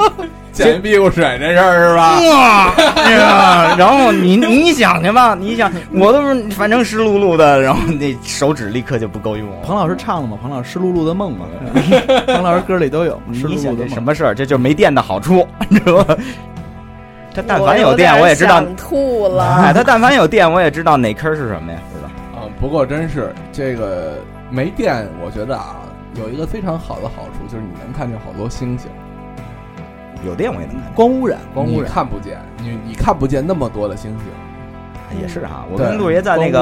捡一屁股水这事儿是 <laughs> 吧？哇呀！然后你你想去吧，你想我都是反正湿漉漉的，然后那手指立刻就不够用了。彭老师唱了吗？彭老师湿漉漉的 <laughs> 梦嘛，彭老师歌里都有湿你漉想漉的这梦什。么事儿？这就是没电的好处，你知道吗？他但凡有电，我也知道有点想吐了。 <laughs> 哎，他但凡有电，我也知道哪坑是什么呀，对吧？啊，不过真是这个没电，我觉得啊，有一个非常好的好处就是你能看见好多星星，有电我也能看见。光污染，嗯你看不见，你你看不见那么多的星星，也是啊。我对跟陆爷在那个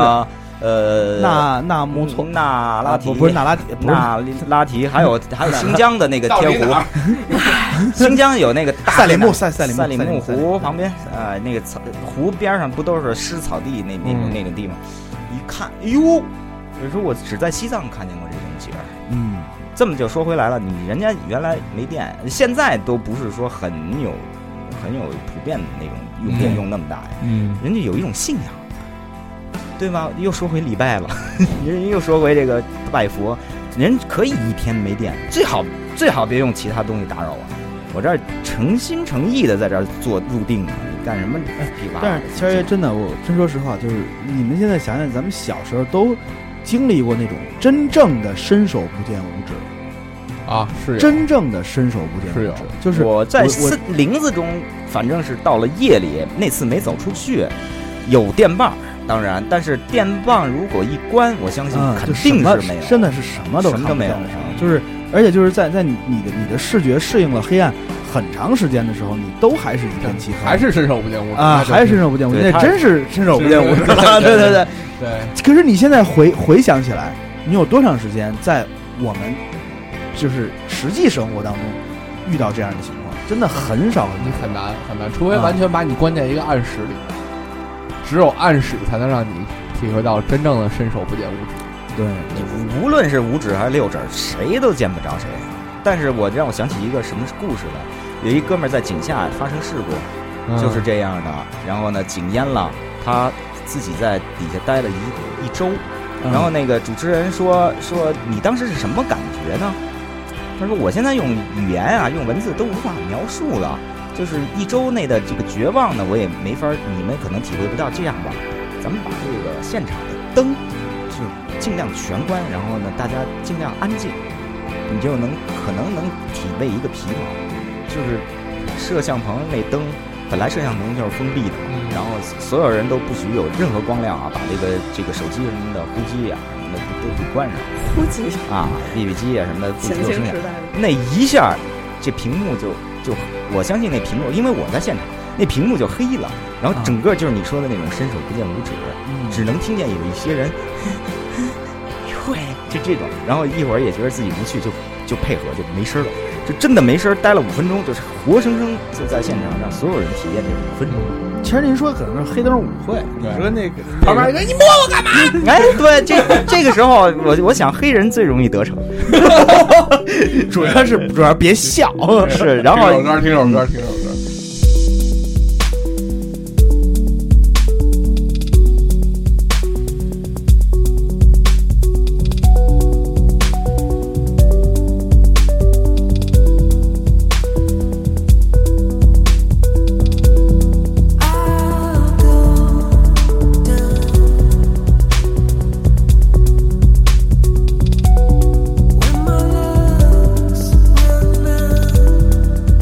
呃，嗯那那木错，啊那拉提不不是那拉提，不是那拉提，还 <laughs> 有还有新疆的那个到底天哪湖儿，新疆有那个大赛里木的赛赛里木赛里赛里木木湖旁边，呃，那个草湖边上不都是湿草地那那嗯那种地方？一看，哎呦，你说我只在西藏看见过这种景儿。嗯，这么就说回来了，你人家原来没电，现在都不是说很有很有普遍的那种用电用那么大呀，嗯，人家有一种信仰，对吧？又说回礼拜了， <laughs> 人又说回这个拜佛，人可以一天没电，最好最好别用其他东西打扰我。我这儿诚心诚意的在这儿做入定呢，你干什么哎屁娃娃但的是事其情？实真的，我真说实话，就是你们现在想想，咱们小时候都经历过那种真正的伸手不见五指，啊，是有真正的伸手不见是五有指，就是我在我森林子中，反正是到了夜里，那次没走出去，有电棒，当然，但是电棒如果一关，我相信啊，肯就定什么是没有，真的是什么都什看么不都没有见的时候，就是而且就是在在你你的你的视觉适应了黑暗很长时间的时候，你都还是一片漆黑，还是伸手不见五指啊，还是伸手手不见五指，对那他真是伸手不是见五指对 <laughs> 了，对对对对对。对，可是你现在回回想起来，你有多长时间在我们就是实际生活当中遇到这样的情况？真的很少很你少。很难很难，除非完全把你关在一个暗室里，只有暗室才能让你体会到真正的伸手不见五指。对，你无论是五指还是六指，谁都见不着谁。但是我让我想起一个什么故事来，有一哥们儿在井下发生事故，啊嗯就是这样的。然后呢，井淹了，他自己在底下待了一一周。嗯然后那个主持人说说你当时是什么感觉呢？他说我现在用语言啊，用文字都无法描述了，就是一周内的这个绝望呢，我也没法，你们可能体会不到。这样吧，咱们把这个现场的灯就尽量全关，然后呢，大家尽量安静，你就能可能能体味一个皮毛，就是摄像棚那灯。本来摄像棚就是封闭的嗯嘛，然后所有人都不许有任何光亮啊，把这个这个手机什么的呼机啊什么的都都给关上估计是啊，哔哔机啊什么的不许前有清声响时。代的那一下，这屏幕就就我相信那屏幕，因为我在现场，那屏幕就黑了，然后整个就是你说的那种伸手不见五指，只能听见有一些人会就这种，然后一会儿也觉得自己无趣，就就配合就没声了，就真的没声，待了五分钟，就是活生生就在现场让所有人体验这五分钟。其实您说可能是黑灯舞会，你说那个旁边一个你摸我干嘛？ <laughs> 哎，对，这这个时候我我想黑人最容易得 <laughs> 逞，主要是主要别笑， <laughs> 是，然后听首歌，听首歌，听首歌。 When my love's run out,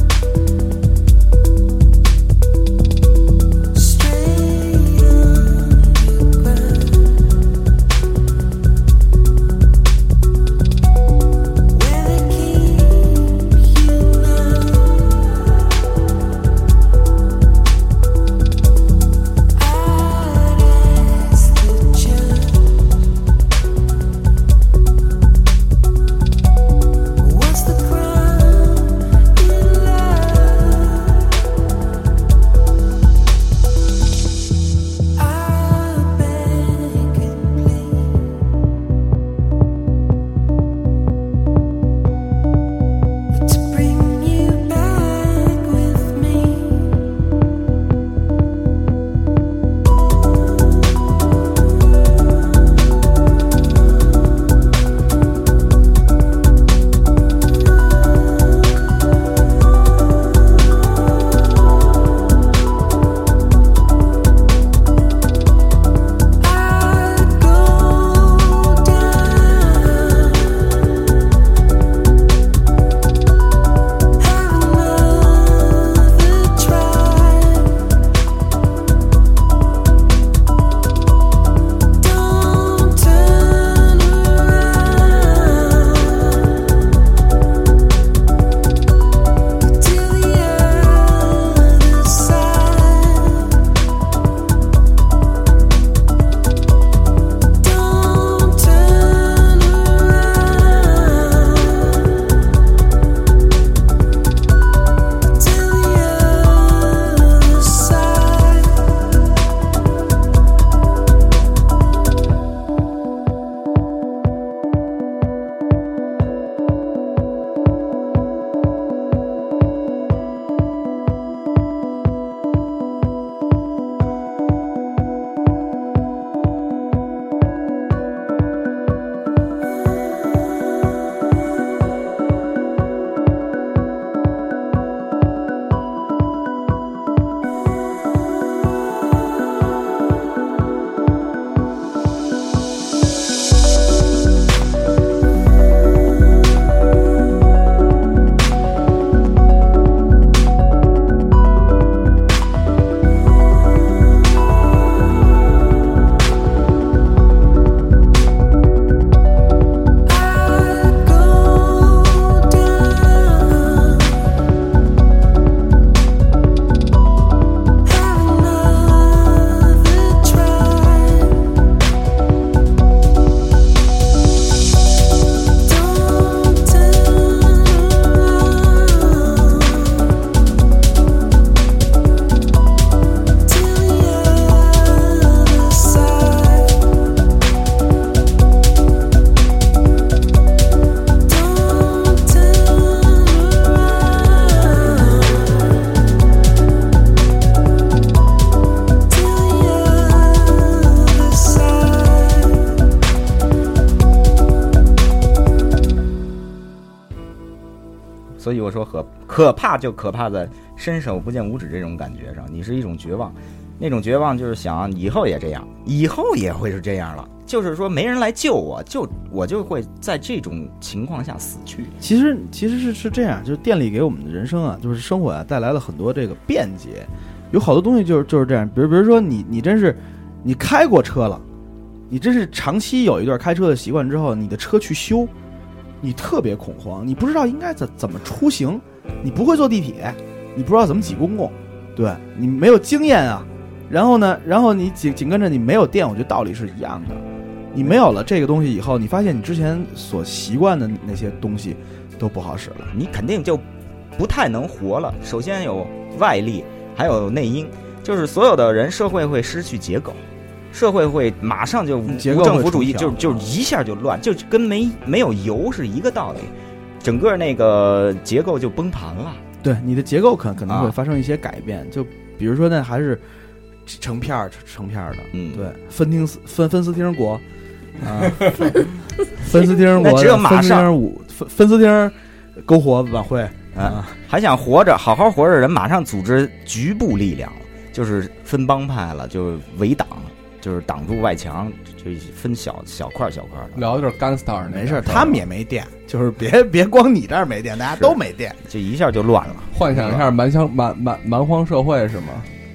所以我说可可怕就可怕在伸手不见五指这种感觉上，你是一种绝望，那种绝望就是想啊以后也这样，以后也会是这样了，就是说没人来救我，就我就会在这种情况下死去。其实其实是是这样，就是店里给我们的人生啊，就是生活啊，带来了很多这个便捷，有好多东西就是就是这样，比如比如说你你真是你开过车了，你真是长期有一段开车的习惯之后，你的车去修，你特别恐慌，你不知道应该怎怎么出行，你不会坐地铁，你不知道怎么挤公共，对你没有经验啊，然后呢，然后你紧紧跟着你没有电，我觉得道理是一样的。你没有了这个东西以后，你发现你之前所习惯的那些东西都不好使了。你肯定就不太能活了。首先有外力，还有内因，就是所有的人社会会失去结构，社会会马上就无无嗯结构会政府主义，出就现就一下就乱，就跟没没有油是一个道理，整个那个结构就崩盘了。对你的结构可可能会啊发生一些改变，就比如说那还是成片儿成片儿的，嗯对，分厅四分分斯厅国 <laughs> 啊，分斯厅国那只有分马斯上厅舞分分斯厅篝火晚会啊，还想活着，好好活着的人，马上组织局部力量了，就是分帮派了，就围挡，就是挡住外墙，就分小小块小块的，聊的就是 gangster 那没事个儿，他们也没电，就是别 <laughs> 别光你这儿没电，大家是都没电。就一下就乱了。幻想一下蛮乡蛮蛮蛮荒社会是吗？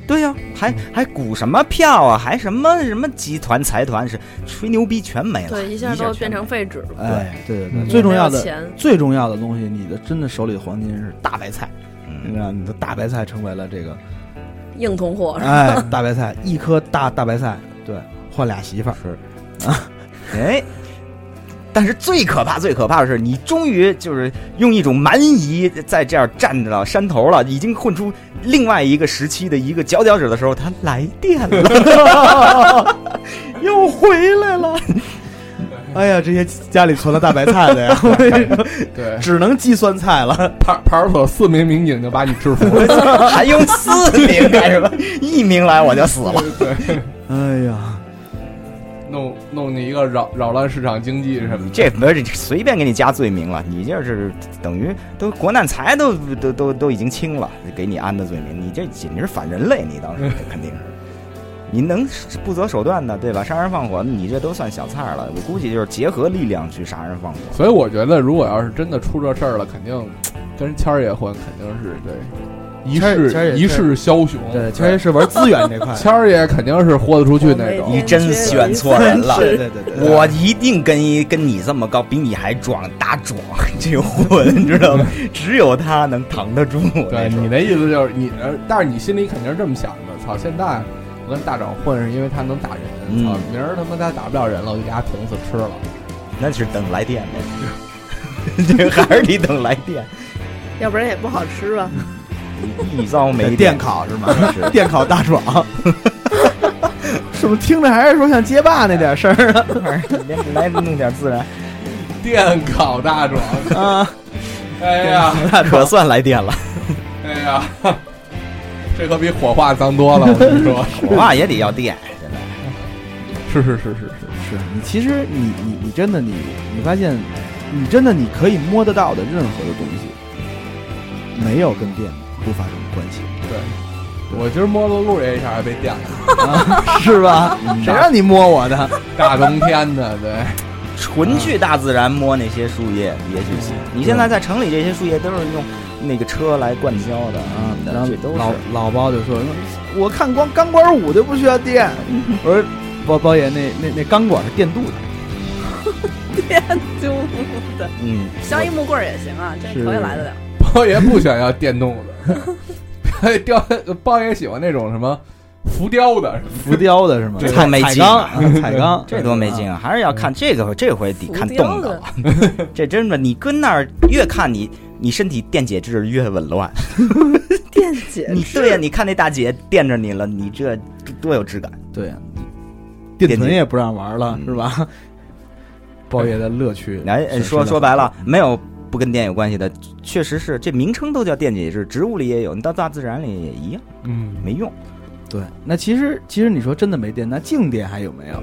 对呀、还还鼓什么票啊？还什么什么集团财团是吹牛逼全没了，对，一下下都全变成没了废纸了。哎，对对对，嗯最重要没有的钱最重要的东西，你的真的手里的黄金是大白菜，你嗯知道，你的大白菜成为了这个硬通货啊是吧哎，大白菜，一颗大大白菜，对，换俩媳妇儿是，哎。但是最可怕、最可怕的是，你终于就是用一种蛮夷在这儿站着了山头了，已经混出另外一个时期的一个佼佼者的时候，他 <laughs> 来电 <laughs> 了，又回来了。哎呀，这些家里存了大白菜的呀， <laughs> 我跟你说对，只能计算菜了。派派出所四名民警就把你制服 <laughs> 了。还用四名干什么？一名来我就死了。哎呀，弄弄你一个扰扰乱市场经济什么的。这不是随便给你加罪名了，你这是等于都国难财都都都都已经轻了，给你安的罪名，你这简直是反人类，你当 <laughs> 时肯定是。你能不择手段的，对吧？杀人放火，你这都算小菜了。我估计就是结合力量去杀人放火。嗯所以我觉得，如果要是真的出这事儿了，肯定跟人谦儿爷混，肯定是对一谦儿谦儿爷世一世枭雄。对，其实是玩资源这 <laughs> 块，谦儿爷肯定是豁得出去那我种没你。真选错人了，对对对对，对 <laughs> 我一定跟一跟你这么高，比你还壮，大壮 <laughs> 这个混，你知道吗？只有他能扛得住。对那时候你那意思就是你，呃但是你心里肯定是这么想的。操，现在我跟大壮混是因为他能打人，嗯操，明儿他妈他打不了人了，我就给他捅死吃了。那是等来电的， <laughs> 这还是得等来电。 <laughs> 要不然也不好吃 <laughs> 吧。一遭没电烤是吗？是电烤大 <laughs> 爽，是不是听着还是说像街霸那点事儿啊？来弄点自然，电烤大 <laughs> 壮，啊，哎呀，可算来电了。哎呀，这可比火化脏多了。我跟你 <laughs> 说， <laughs> 我爸也得要电，现在是是是是是。是你其实你你你真的你你发现，你真的你可以摸得到的任何的东西，没有跟电不发生关系。对，我今儿摸了路这一下还被电了， <laughs> 是吧？谁让你摸我的？大冬天的， <laughs> 对，纯去大自然摸那些树叶，也许行。你现在在城里，这些树叶都是用那个车来灌浇的啊啊，，然后这都老是。老包就说：“我看光钢管舞就不需要电。”我说：“包包爷，那那那钢管是电镀的，就的，嗯，削一木棍儿也行啊，这是头也来得 <laughs> 了。 <laughs> 包爷不想要电动的，雕包爷喜欢那种什么浮雕的，浮雕的 <laughs> 是吗？这彩太没彩劲钢，了啊彩钢， <laughs> 这多没劲啊！啊！还是要看这个，这回得看动的的。， <laughs> 这真的，你跟那儿越看你，你身体电解质越紊乱。电解你对呀，你看那大姐垫着你了，你这多有质感。对，电臀也不让玩了，嗯是吧？包爷的乐趣，哎，哎是说是的说白了，没有不跟电有关系的，确实是这名称都叫电解质，植物里也有，你到大自然里也一样，嗯，没用。对。那其实其实你说真的没电，那静电还有没有？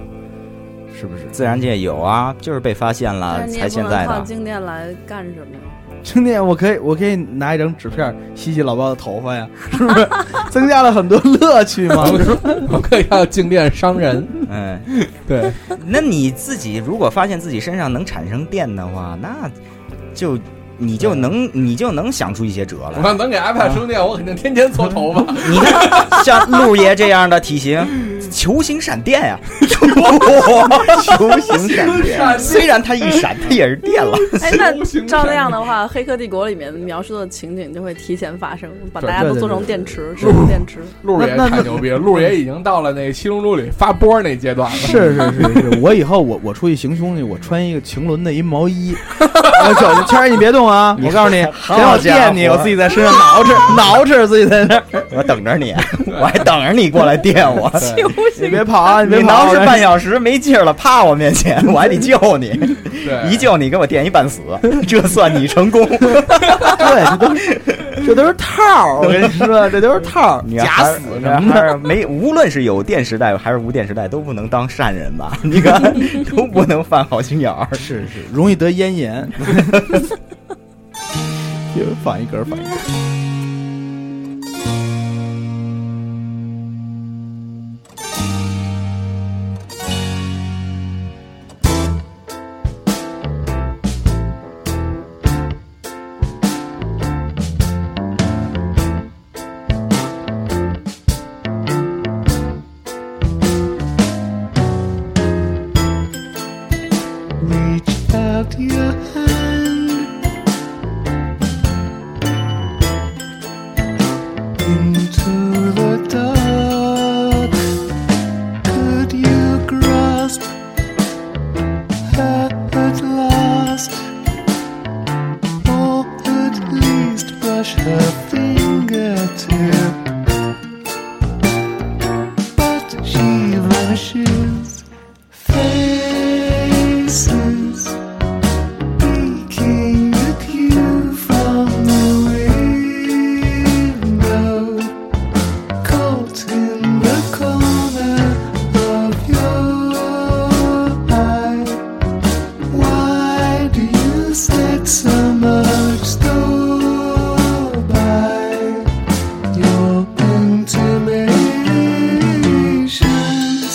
是不是？自然界有啊，就是被发现了但是你也啊才不现能在靠的。静电来干什 <laughs> 么呀？今天我可以，我可以拿一张纸片吸吸老包的头发呀，是不是 <laughs> 增加了很多乐趣 <laughs> 嘛？我说 <laughs> 我可以要静电伤人，嗯，对，那你自己如果发现自己身上能产生电的话，那就你就能你就能想出一些辙 <laughs> 我来。要能给 iPad 充电，我肯定天天搓头 <laughs> 发。你看，像陆爷这样的体型，嗯 <laughs> 球形闪电呀、 <laughs> 球 <laughs> 形闪啊电，虽然它一闪，它也是电了。哎，无那形照那闪样的话，《黑客帝国》里面描述的情景就会提前发生，把对大家都对做对成对电池， <laughs> 智能电池。陆爷太牛逼了，陆爷已经到了那《七龙珠》里发波那阶段了。 <laughs> 是是是是，我以后我我出去行凶去，我穿一个晴纶的一毛衣，我走着谦儿你别动啊！我告 <laughs> 诉你，好谁要家电你，伙我自己在身上挠饬挠饬自己在那儿，我等着你，我还等着你过来电我。 <laughs> 你别跑啊！你别你跑啊挠是半小时没劲儿了，趴我面前，我还得救你，对，一救你给我电一半死，这算你成功。 <laughs> 对，这都是这都是套儿，我跟你说，这都是 <laughs> 套儿，你假死什么还是的。没，无论是有电时代还是无电时代，都不能当善人吧？你看，都不能犯好心眼儿。是是，容易得咽炎。 <laughs> 又放一根儿，放一根儿。 Reach out your hand into the dark. Could you grasp her at last? Or at least brush her fingertip? But she vanishes faces peeking at you from the window, caught in the corner of your eye. Why do you set so much store by your intimations?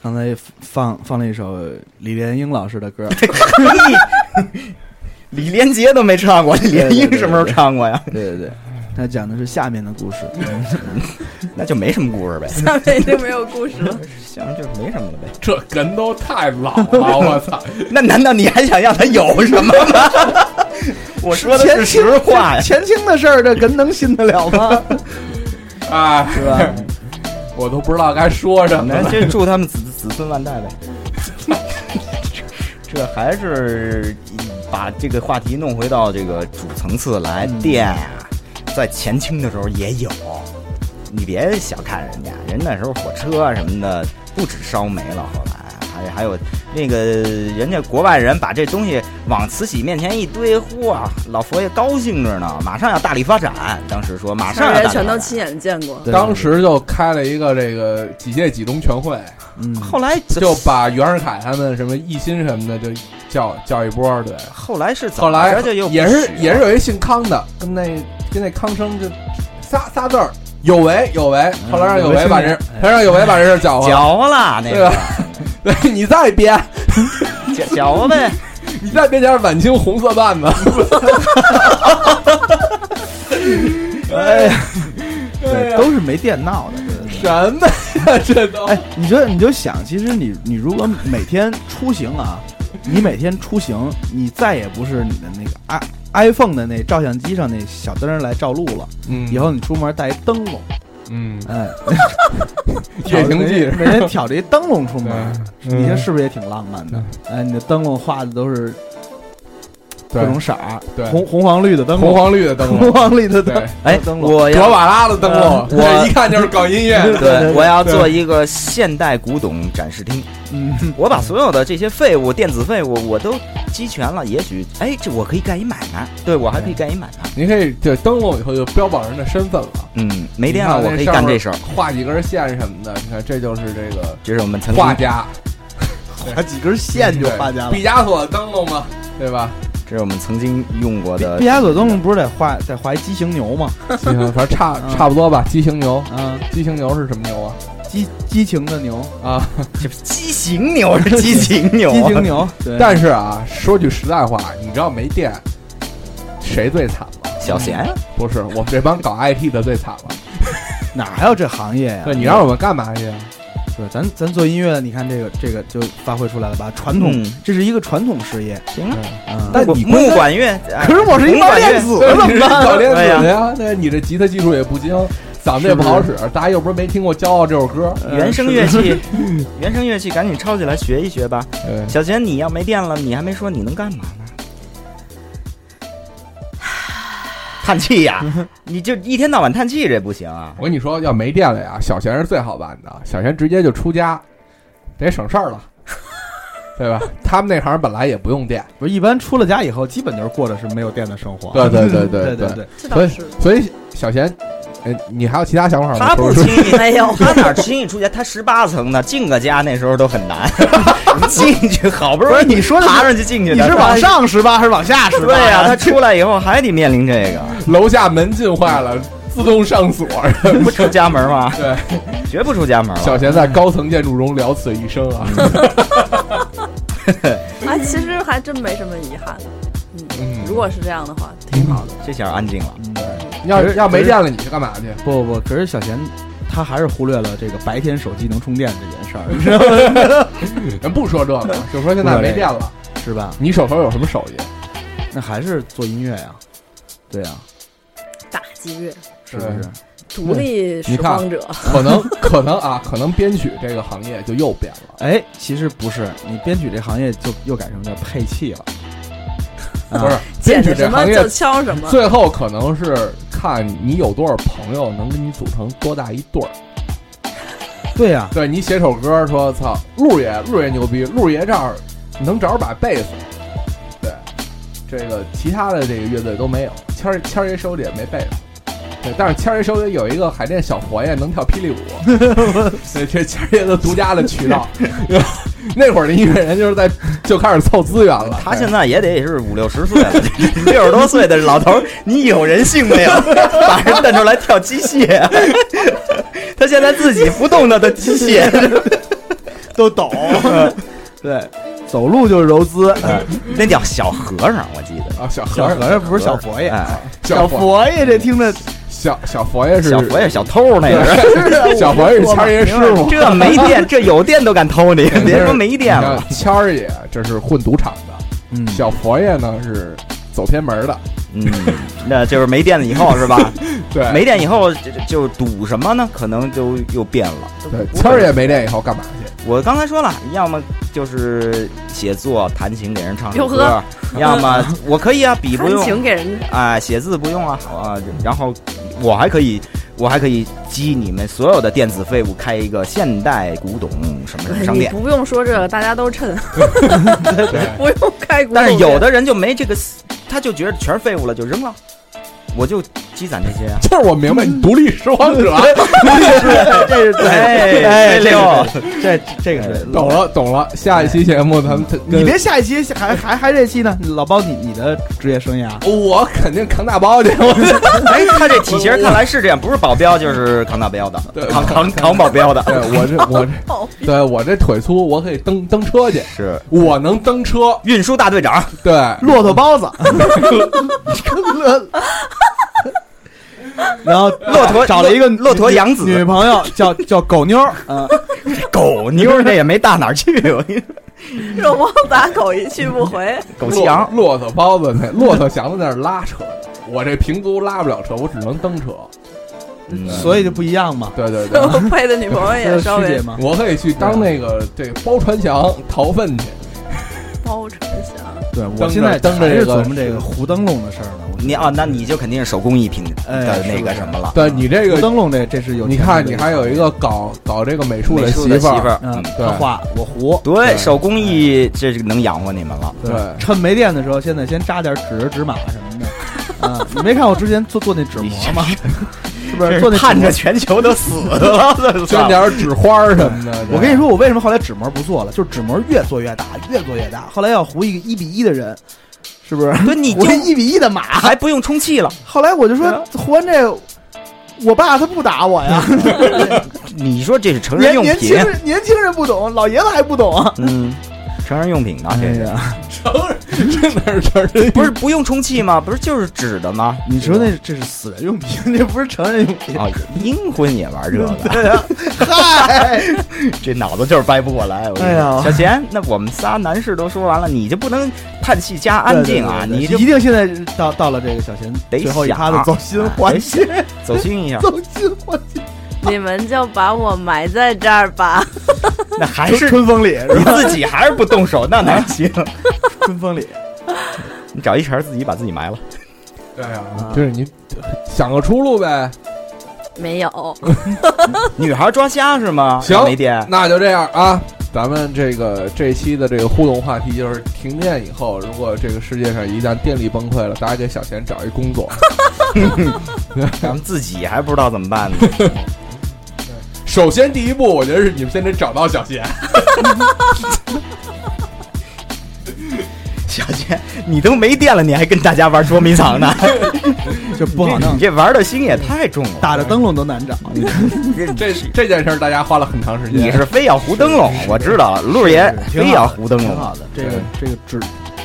刚才放放了一首李莲英老师的 <laughs> 歌，李连杰都没唱过，李连英什么时候唱过呀？对对对，他讲的是下面的故事。那就没什么故事呗，下面已经没有故事了。像就没什么了呗。这人都太老了，我 <laughs> 操！那难道你还想让他有什么吗？我说的是实话呀。前清的事儿，这人能信得了吗？啊，是吧？ <laughs> 我都不知道该说 <laughs> 什么那了。就祝他们子子孙 <laughs> 万代呗。这还是把这个话题弄回到这个主层次来。嗯电啊，在前清的时候也有，你别小看人家，人那时候火车啊什么的不止烧煤了，后来还还有那个人家国外人把这东西往慈禧面前一堆，嚯，老佛爷高兴着呢，马上要大力发展。当时说 <laughs> 马上要大人力全发都展亲眼见过，<laughs> 对当时就开了一个这个几届几中全会，嗯，后来就把袁世凯他们什么一心什么的就叫叫一波儿，对。后来是怎后么来着就又不也是啊许也了是有一姓康的，跟那跟那康生就仨�sa仨字儿，有为有为。嗯后来让有为把这，他让有为把这事儿搅和了，嚼了那对个吧？ <laughs> 对你再编，嚼嚼呗，你再编点晚清红色段子，哎呀，对对，呀都是没电闹的。对对对什么呀？这都哎，你就你就想，其实你你如果每天出行啊，你每天出行，你再也不是你的那个 i iPhone 的那照相机上那小灯儿来照路了。嗯以后你出门带一灯笼，嗯哎， 《夜行嗯记》每 <laughs> 天挑着一灯笼出门，嗯你说是不是也挺浪漫的？哎，你的灯笼画的都是各嗯对种色儿，对红红黄绿的灯红笼，黄绿的灯笼 <laughs> 红，黄绿的灯对， <laughs> 哎，灯笼。我格要瓦拉的灯笼，嗯我 <laughs> 这一看就是搞音乐 <laughs> 的。对对，对我要对做一个现代古董展示厅，嗯，我把所有的这些废物、电子废物我都集全了，也许哎，这我可以干一买卖，对我还可以干一买卖，您可以这灯笼以后就标榜人的身份了。嗯，没电你了看我可以上干面这事儿，画几根线什么的，你看这就是这个这是我们曾经画，家， <laughs> 还几根线就画家了。毕加索的灯笼嘛，对吧？这是我们曾经用过毕的毕，加索灯笼不是得画得画一畸形牛吗？ <laughs> 行，反正差嗯差不多吧。畸形牛，啊，畸形牛是什么牛啊？激激情的牛，啊！这不畸形牛 <laughs> 是畸形啊牛，激情，牛。对，但是啊，说句实在话，你知道没电谁最惨吗？小啊贤不是我们这帮搞 IT 的最惨了。哪还有这行业呀？ <laughs> 对，你让我们干嘛去啊？对，咱咱做音乐的，你看这个这个就发挥出来了吧？传统嗯，这是一个传统事业。行啊，嗯，但你木管乐，哎可是我是一木钢管链乐子 <laughs> 对，你是搞电子对呀的呀？对，你这吉他技术也不精，嗓子也不好使，大家又不是没听过《骄傲》这首歌。原声乐器，原声乐器，赶紧抄起来学一学吧。对，小贤，你要没电了，你还没说你能干嘛呢？ <sighs> 叹 <laughs> 气呀、你就一天到晚叹气，这不行啊！我跟你说，要没电了呀，小贤是最好办的，小贤直接就出家，得省事 <laughs> 儿了，对吧？他们那行本来也不用电，不是一般出了家以后，基本就是过的是没有电的生活。对对对对嗯对对对对，这所倒以是。所以小贤，哎，你还有其他想法吗？他不是轻易， <laughs> 没有他哪轻易出家？他十八层呢，进个家那时候都很 <laughs> 难，进去好不不容是易你说的是爬上去进去你的，是往上十八还是啊往下十八？对呀、他出来以后还得面临这 <laughs> 楼下门禁坏了，自动上 <laughs> 锁。个，不出家门吗？对，绝不出家门小了。贤在高层建筑中了此一生啊，哎，其实还真没什么遗憾。嗯嗯，如果是这样的话，挺好的。这下安静了，要可是要没电了你去干嘛去？嗯不不不，可是小贤他还是忽略了这个白天手机能充电这件事儿，你知道吗？人不说这个，就说现在没电了，是吧？你手头有什么手艺？那还是做音乐呀，对呀，打击乐，是不是？独立拾你看荒者， <laughs> 可能可能啊，可能编曲这个行业就又变了。哎，其实不是，你编曲这行业就又改成叫配器了，啊不是，捡编着曲这什么行业就敲什么。最后可能是看你有多少朋友能跟你组成多大一对儿。对呀，对你写首歌说操，陆爷陆爷牛逼，陆爷这儿能找着把贝斯，对，这个其他的这个乐队都没有，谦儿谦儿爷手里也没贝斯。对，但是谦儿爷手里有一个海淀小佛爷能跳霹雳 <laughs> 舞，对，这谦儿爷的独家的渠 <laughs> 道。那会儿的音乐人就是在就开始凑资源了。他现在也得是五六十岁了，六十多岁的老头儿，你有人性没有？ <laughs> 把人蹬出来跳 <laughs> <laughs> 机械，他现在自己不动他的机械，都 <laughs> 抖，对，走路就是柔姿，哎那叫小和尚，我记得。啊，小和小尚和尚不是小佛爷，哎， <laughs> 小小佛佛爷这听着小小佛爷是小佛爷、小偷 <laughs> 那个人，爷， <laughs> 小佛爷是谦儿爷师傅。 <laughs> 这没电，这有电都敢偷你， <laughs> 别说没电你了看。谦儿爷这是混赌场的，嗯小佛爷呢是走偏门的，嗯，那就是没电了以后是吧？ <laughs> 对，没电以后就就就赌什么呢？可能就又变了。对，谦儿爷没练以后干嘛去？我刚才说了，要么就是写作、弹琴给人唱首哟呵歌，要么我可以啊，笔不弹用琴给人家，啊，写字不用啊，好啊，然后我还可以，我还可以激你们所有的电子废物开一个现代古董什么什么商你店。不用说这个，大家都趁，对，，<laughs> 不用开古董但是有店的人就没这个思，他就觉得全是废物了，就扔了。我就积攒这些啊就是我明白你独立拾荒者，这是对，哎哎，这六这这个是懂。了懂了。下一期节目咱们跟嗯你别下一期还还还这期呢，老包你你的职业生涯，我肯定扛大包去，我哎，他这体型看来是这样，不是保镖就是扛大镖的对，扛扛扛保镖的，对我这我这，对我这腿粗，我可以蹬蹬车去，是我能蹬车，运输大队长。对，骆驼 <laughs> 包子， <laughs> 然后骆驼找了一个骆骆驼养子女朋友，叫叫狗妞儿，狗妞儿这也没大哪儿去，我跟你 <laughs> 说，肉包打狗一去不 <laughs> 回，狗骑羊。骆驼包子那骆驼祥子那是拉车的，我这平足拉不了车，我只能蹬车。嗯所以就不一样嘛。对对对，啊我配的女朋友这也是稍区别微嘛。我可以去当那个这个包传祥逃粪去。包成想。对我蹬现着在蹬着还是这个琢磨这个胡灯笼的事儿呢。我觉得你啊，那你就肯定是手工艺品哎的那个什么了。对你这胡个，灯笼这这是有你钱的看地你方还有一个搞搞这个美术美术媳的媳妇妇儿，儿，嗯，对他画我胡，对手工艺这是能养活你们了。对趁没电的时候，现在先扎点纸纸马什 <laughs> 么的。啊，你没看我之前做做那纸模吗？是不是做那纸盼模着全球都死了，捐点纸花儿什么的。我跟你说，我为什么后来纸模不做了？就是纸模越做越大，越做越大。后来要糊一个一比一的人，是不是？ <laughs> 对你我就这一比一的马。还不用充气了，后来我就说，糊完这，我爸他不打 <laughs> 我呀。你说这是成人年用年轻品？人年轻人不懂，老爷子还不懂啊。哎嗯，成人用品呢，这是呀，这哪是成人不是不用充气吗？不是就是纸的吗？你说那这是死人用品， <laughs> 这不是成人用品。啊，阴婚也玩这个，嗨，这脑子就是掰不过来。我跟你哎呀说小贤，那我们仨男士都说完了，你就不能叹气加安静啊？对对对你对就一定现在到到了这个小贤得最后一想趴的走心环节，走心一下， <laughs> 走心环节，你们就把我埋在这儿吧，那还是春风里，啊你自己还是不动手，那哪行？ <laughs> 春风里，你找一茬儿自己把自己埋了。对啊，就是你想个出路呗。没有，女孩抓瞎是吗？行 <laughs> 没电，那就这样啊。咱们这个这期的这个互动话题就是停电以后，如果这个世界上一旦电力崩溃了，大家给小贤找一工作，咱们自己还不知道怎么办呢。首先第一步，我觉得是你们先得找到小贤。小杰，你都没电了，你还跟大家玩捉迷藏呢？这哎不好 <laughs> 你弄，这玩的心也太重了。打着灯笼都难找。这这件事儿大家花了很长时间。你是非要糊灯笼，我知道，陆爷非要糊灯挺笼好。的，这个这个纸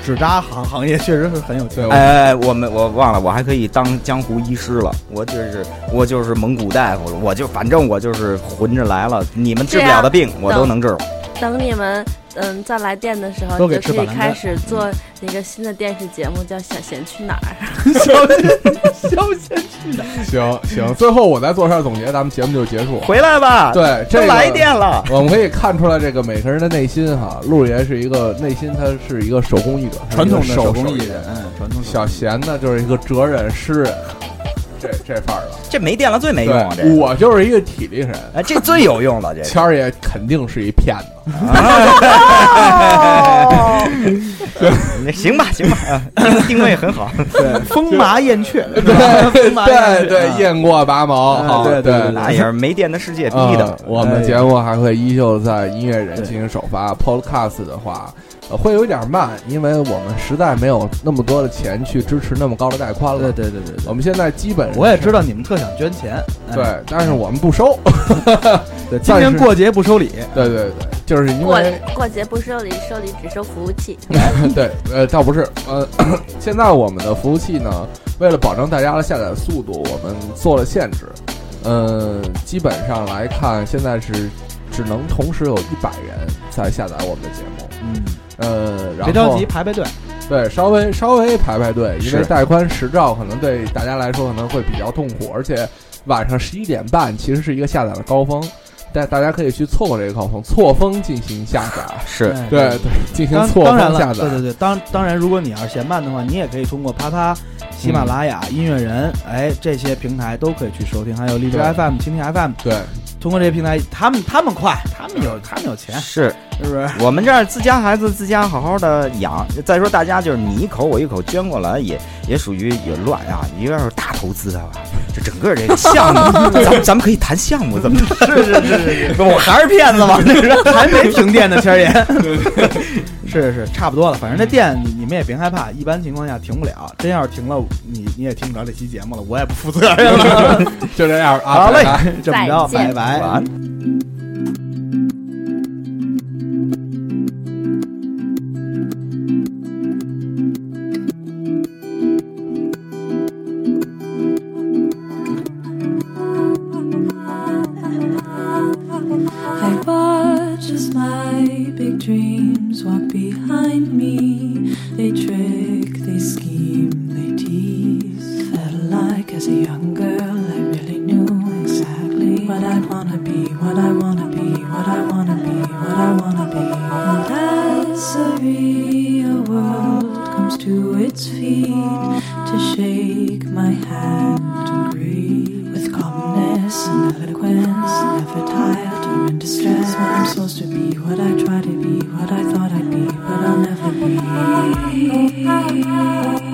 纸扎行行业确实是很有对钱。我哎，我们我忘了，我还可以当江湖医师了。我就是我就是蒙古大夫了，我就反正我就是混着来了。你们治不了的病，我都能治。等你们嗯再来电的时候，都你给就可吃板以蓝开根始做一个新的电视节目，叫《小贤去哪儿》。行行，最后我再做一下总结，咱们节目就结束。回来吧，对，这都个、来电了。我们可以看出来，这个每个人的内心哈，陆爷是一个内心，他是一个手工艺者，传统的是一个手手工艺艺人，。嗯，传统小贤呢，就是一个哲人、诗人，这这范儿的。这没电了最没用啊！这对，我就是一个体力人，哎，这最有用了，这 <laughs> 谦儿爷肯定是一骗 <laughs> 子。个行吧行吧，啊定定位很 <laughs> 好。对风麻燕雀，对 <laughs> 风麻燕对雀啊对，雁过拔毛，哎好对对对那也是没电的世界逼的嗯。呃我们节目还会依旧在音乐人进行首哎发。Podcast 的话、呃会有一点慢，因为我们实在没有那么多的钱去支持那么高的带宽了。对对对对我对。们现在基本我也知道你们特想捐钱，哎对，但是我们不收。 <laughs> 对，今但年是过节不收礼，对对对，就是因过为过节不收礼，收礼只收服务器。 <laughs> 对，呃，倒不是，呃， <coughs> 现在我们的服务器呢，为了保证大家的下载速度，我们做了限制。呃，基本上来看，现在是只能同时有一百人在下载我们的节目。嗯，呃，然后别着急，排排队。对，稍微稍微排排队，因为是带宽十兆可能对大家来说可能会比较痛苦，而且晚上十一点半其实是一个下载的高峰，但大家可以去错过这个高峰，错峰进行下载。是哎对对，进行当错当然峰下了，载。对对对，当当然，如果你要是嫌慢的话，你也可以通过啪啪、喜嗯马拉雅、音乐人，哎，这些平台都可以去收听，还有荔枝对 FM、蜻蜓 FM，对通过这些平台，他们他们快，他们嗯有他们有钱，是，是不是？我们这儿自家孩子自家好好的养。再说大家就是你一口我一口捐过来也，也属于也乱啊，一个是大投资的吧。这整个这个项目，咱们咱们可以谈项目，怎么着？是是 <laughs> 是是，我还是骗 <laughs> 子吗？还没停电呢，千爷。 <laughs> 是是，差不多了。反正这电你你们也别害怕，一般情况下停不了。真要是停了，你你也听不着这期节目了，我也不负责任 <laughs> 了。就这样啊，好拜嘞拜，这么着，再拜见拜。晚安 I watch as my big dreams walk behind me. They trick, they scheme, they tease. Felt like as a young girl, I really knew exactly what I wanna be, what I wanna be, what I wanna be, what I wanna be. And as a real world comes to its feet to shake my hand and greet with calmness and eloquence, never tired or in distress. What I'm supposed to be, what I try to be, what I thought I'd be, but I'll never be.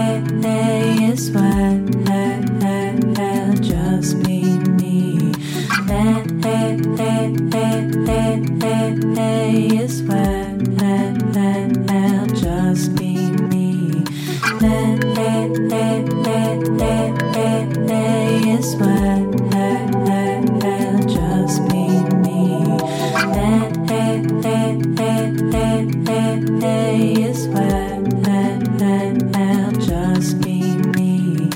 Is when just be me. Is when just be me. Is when just be me. Is when just be me.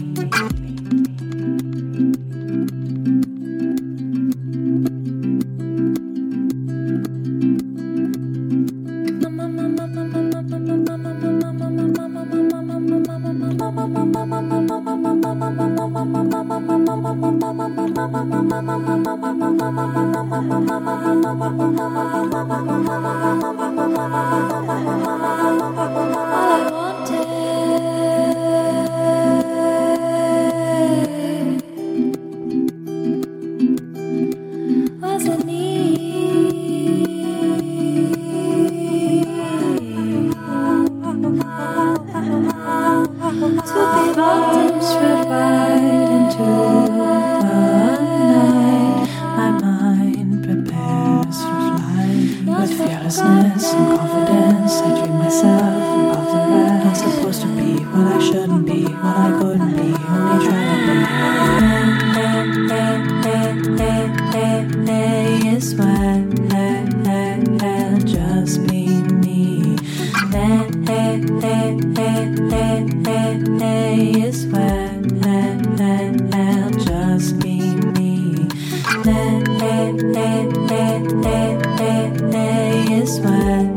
I wanted was a need to be bottoms spread wide into the night. My mind prepares for flight with fearlessness and confidence. I dream myself above the rest. Not supposed to be what I shouldn't be, what I couldn't be. Only try to be. Is when just be me. Is when just be me. Is when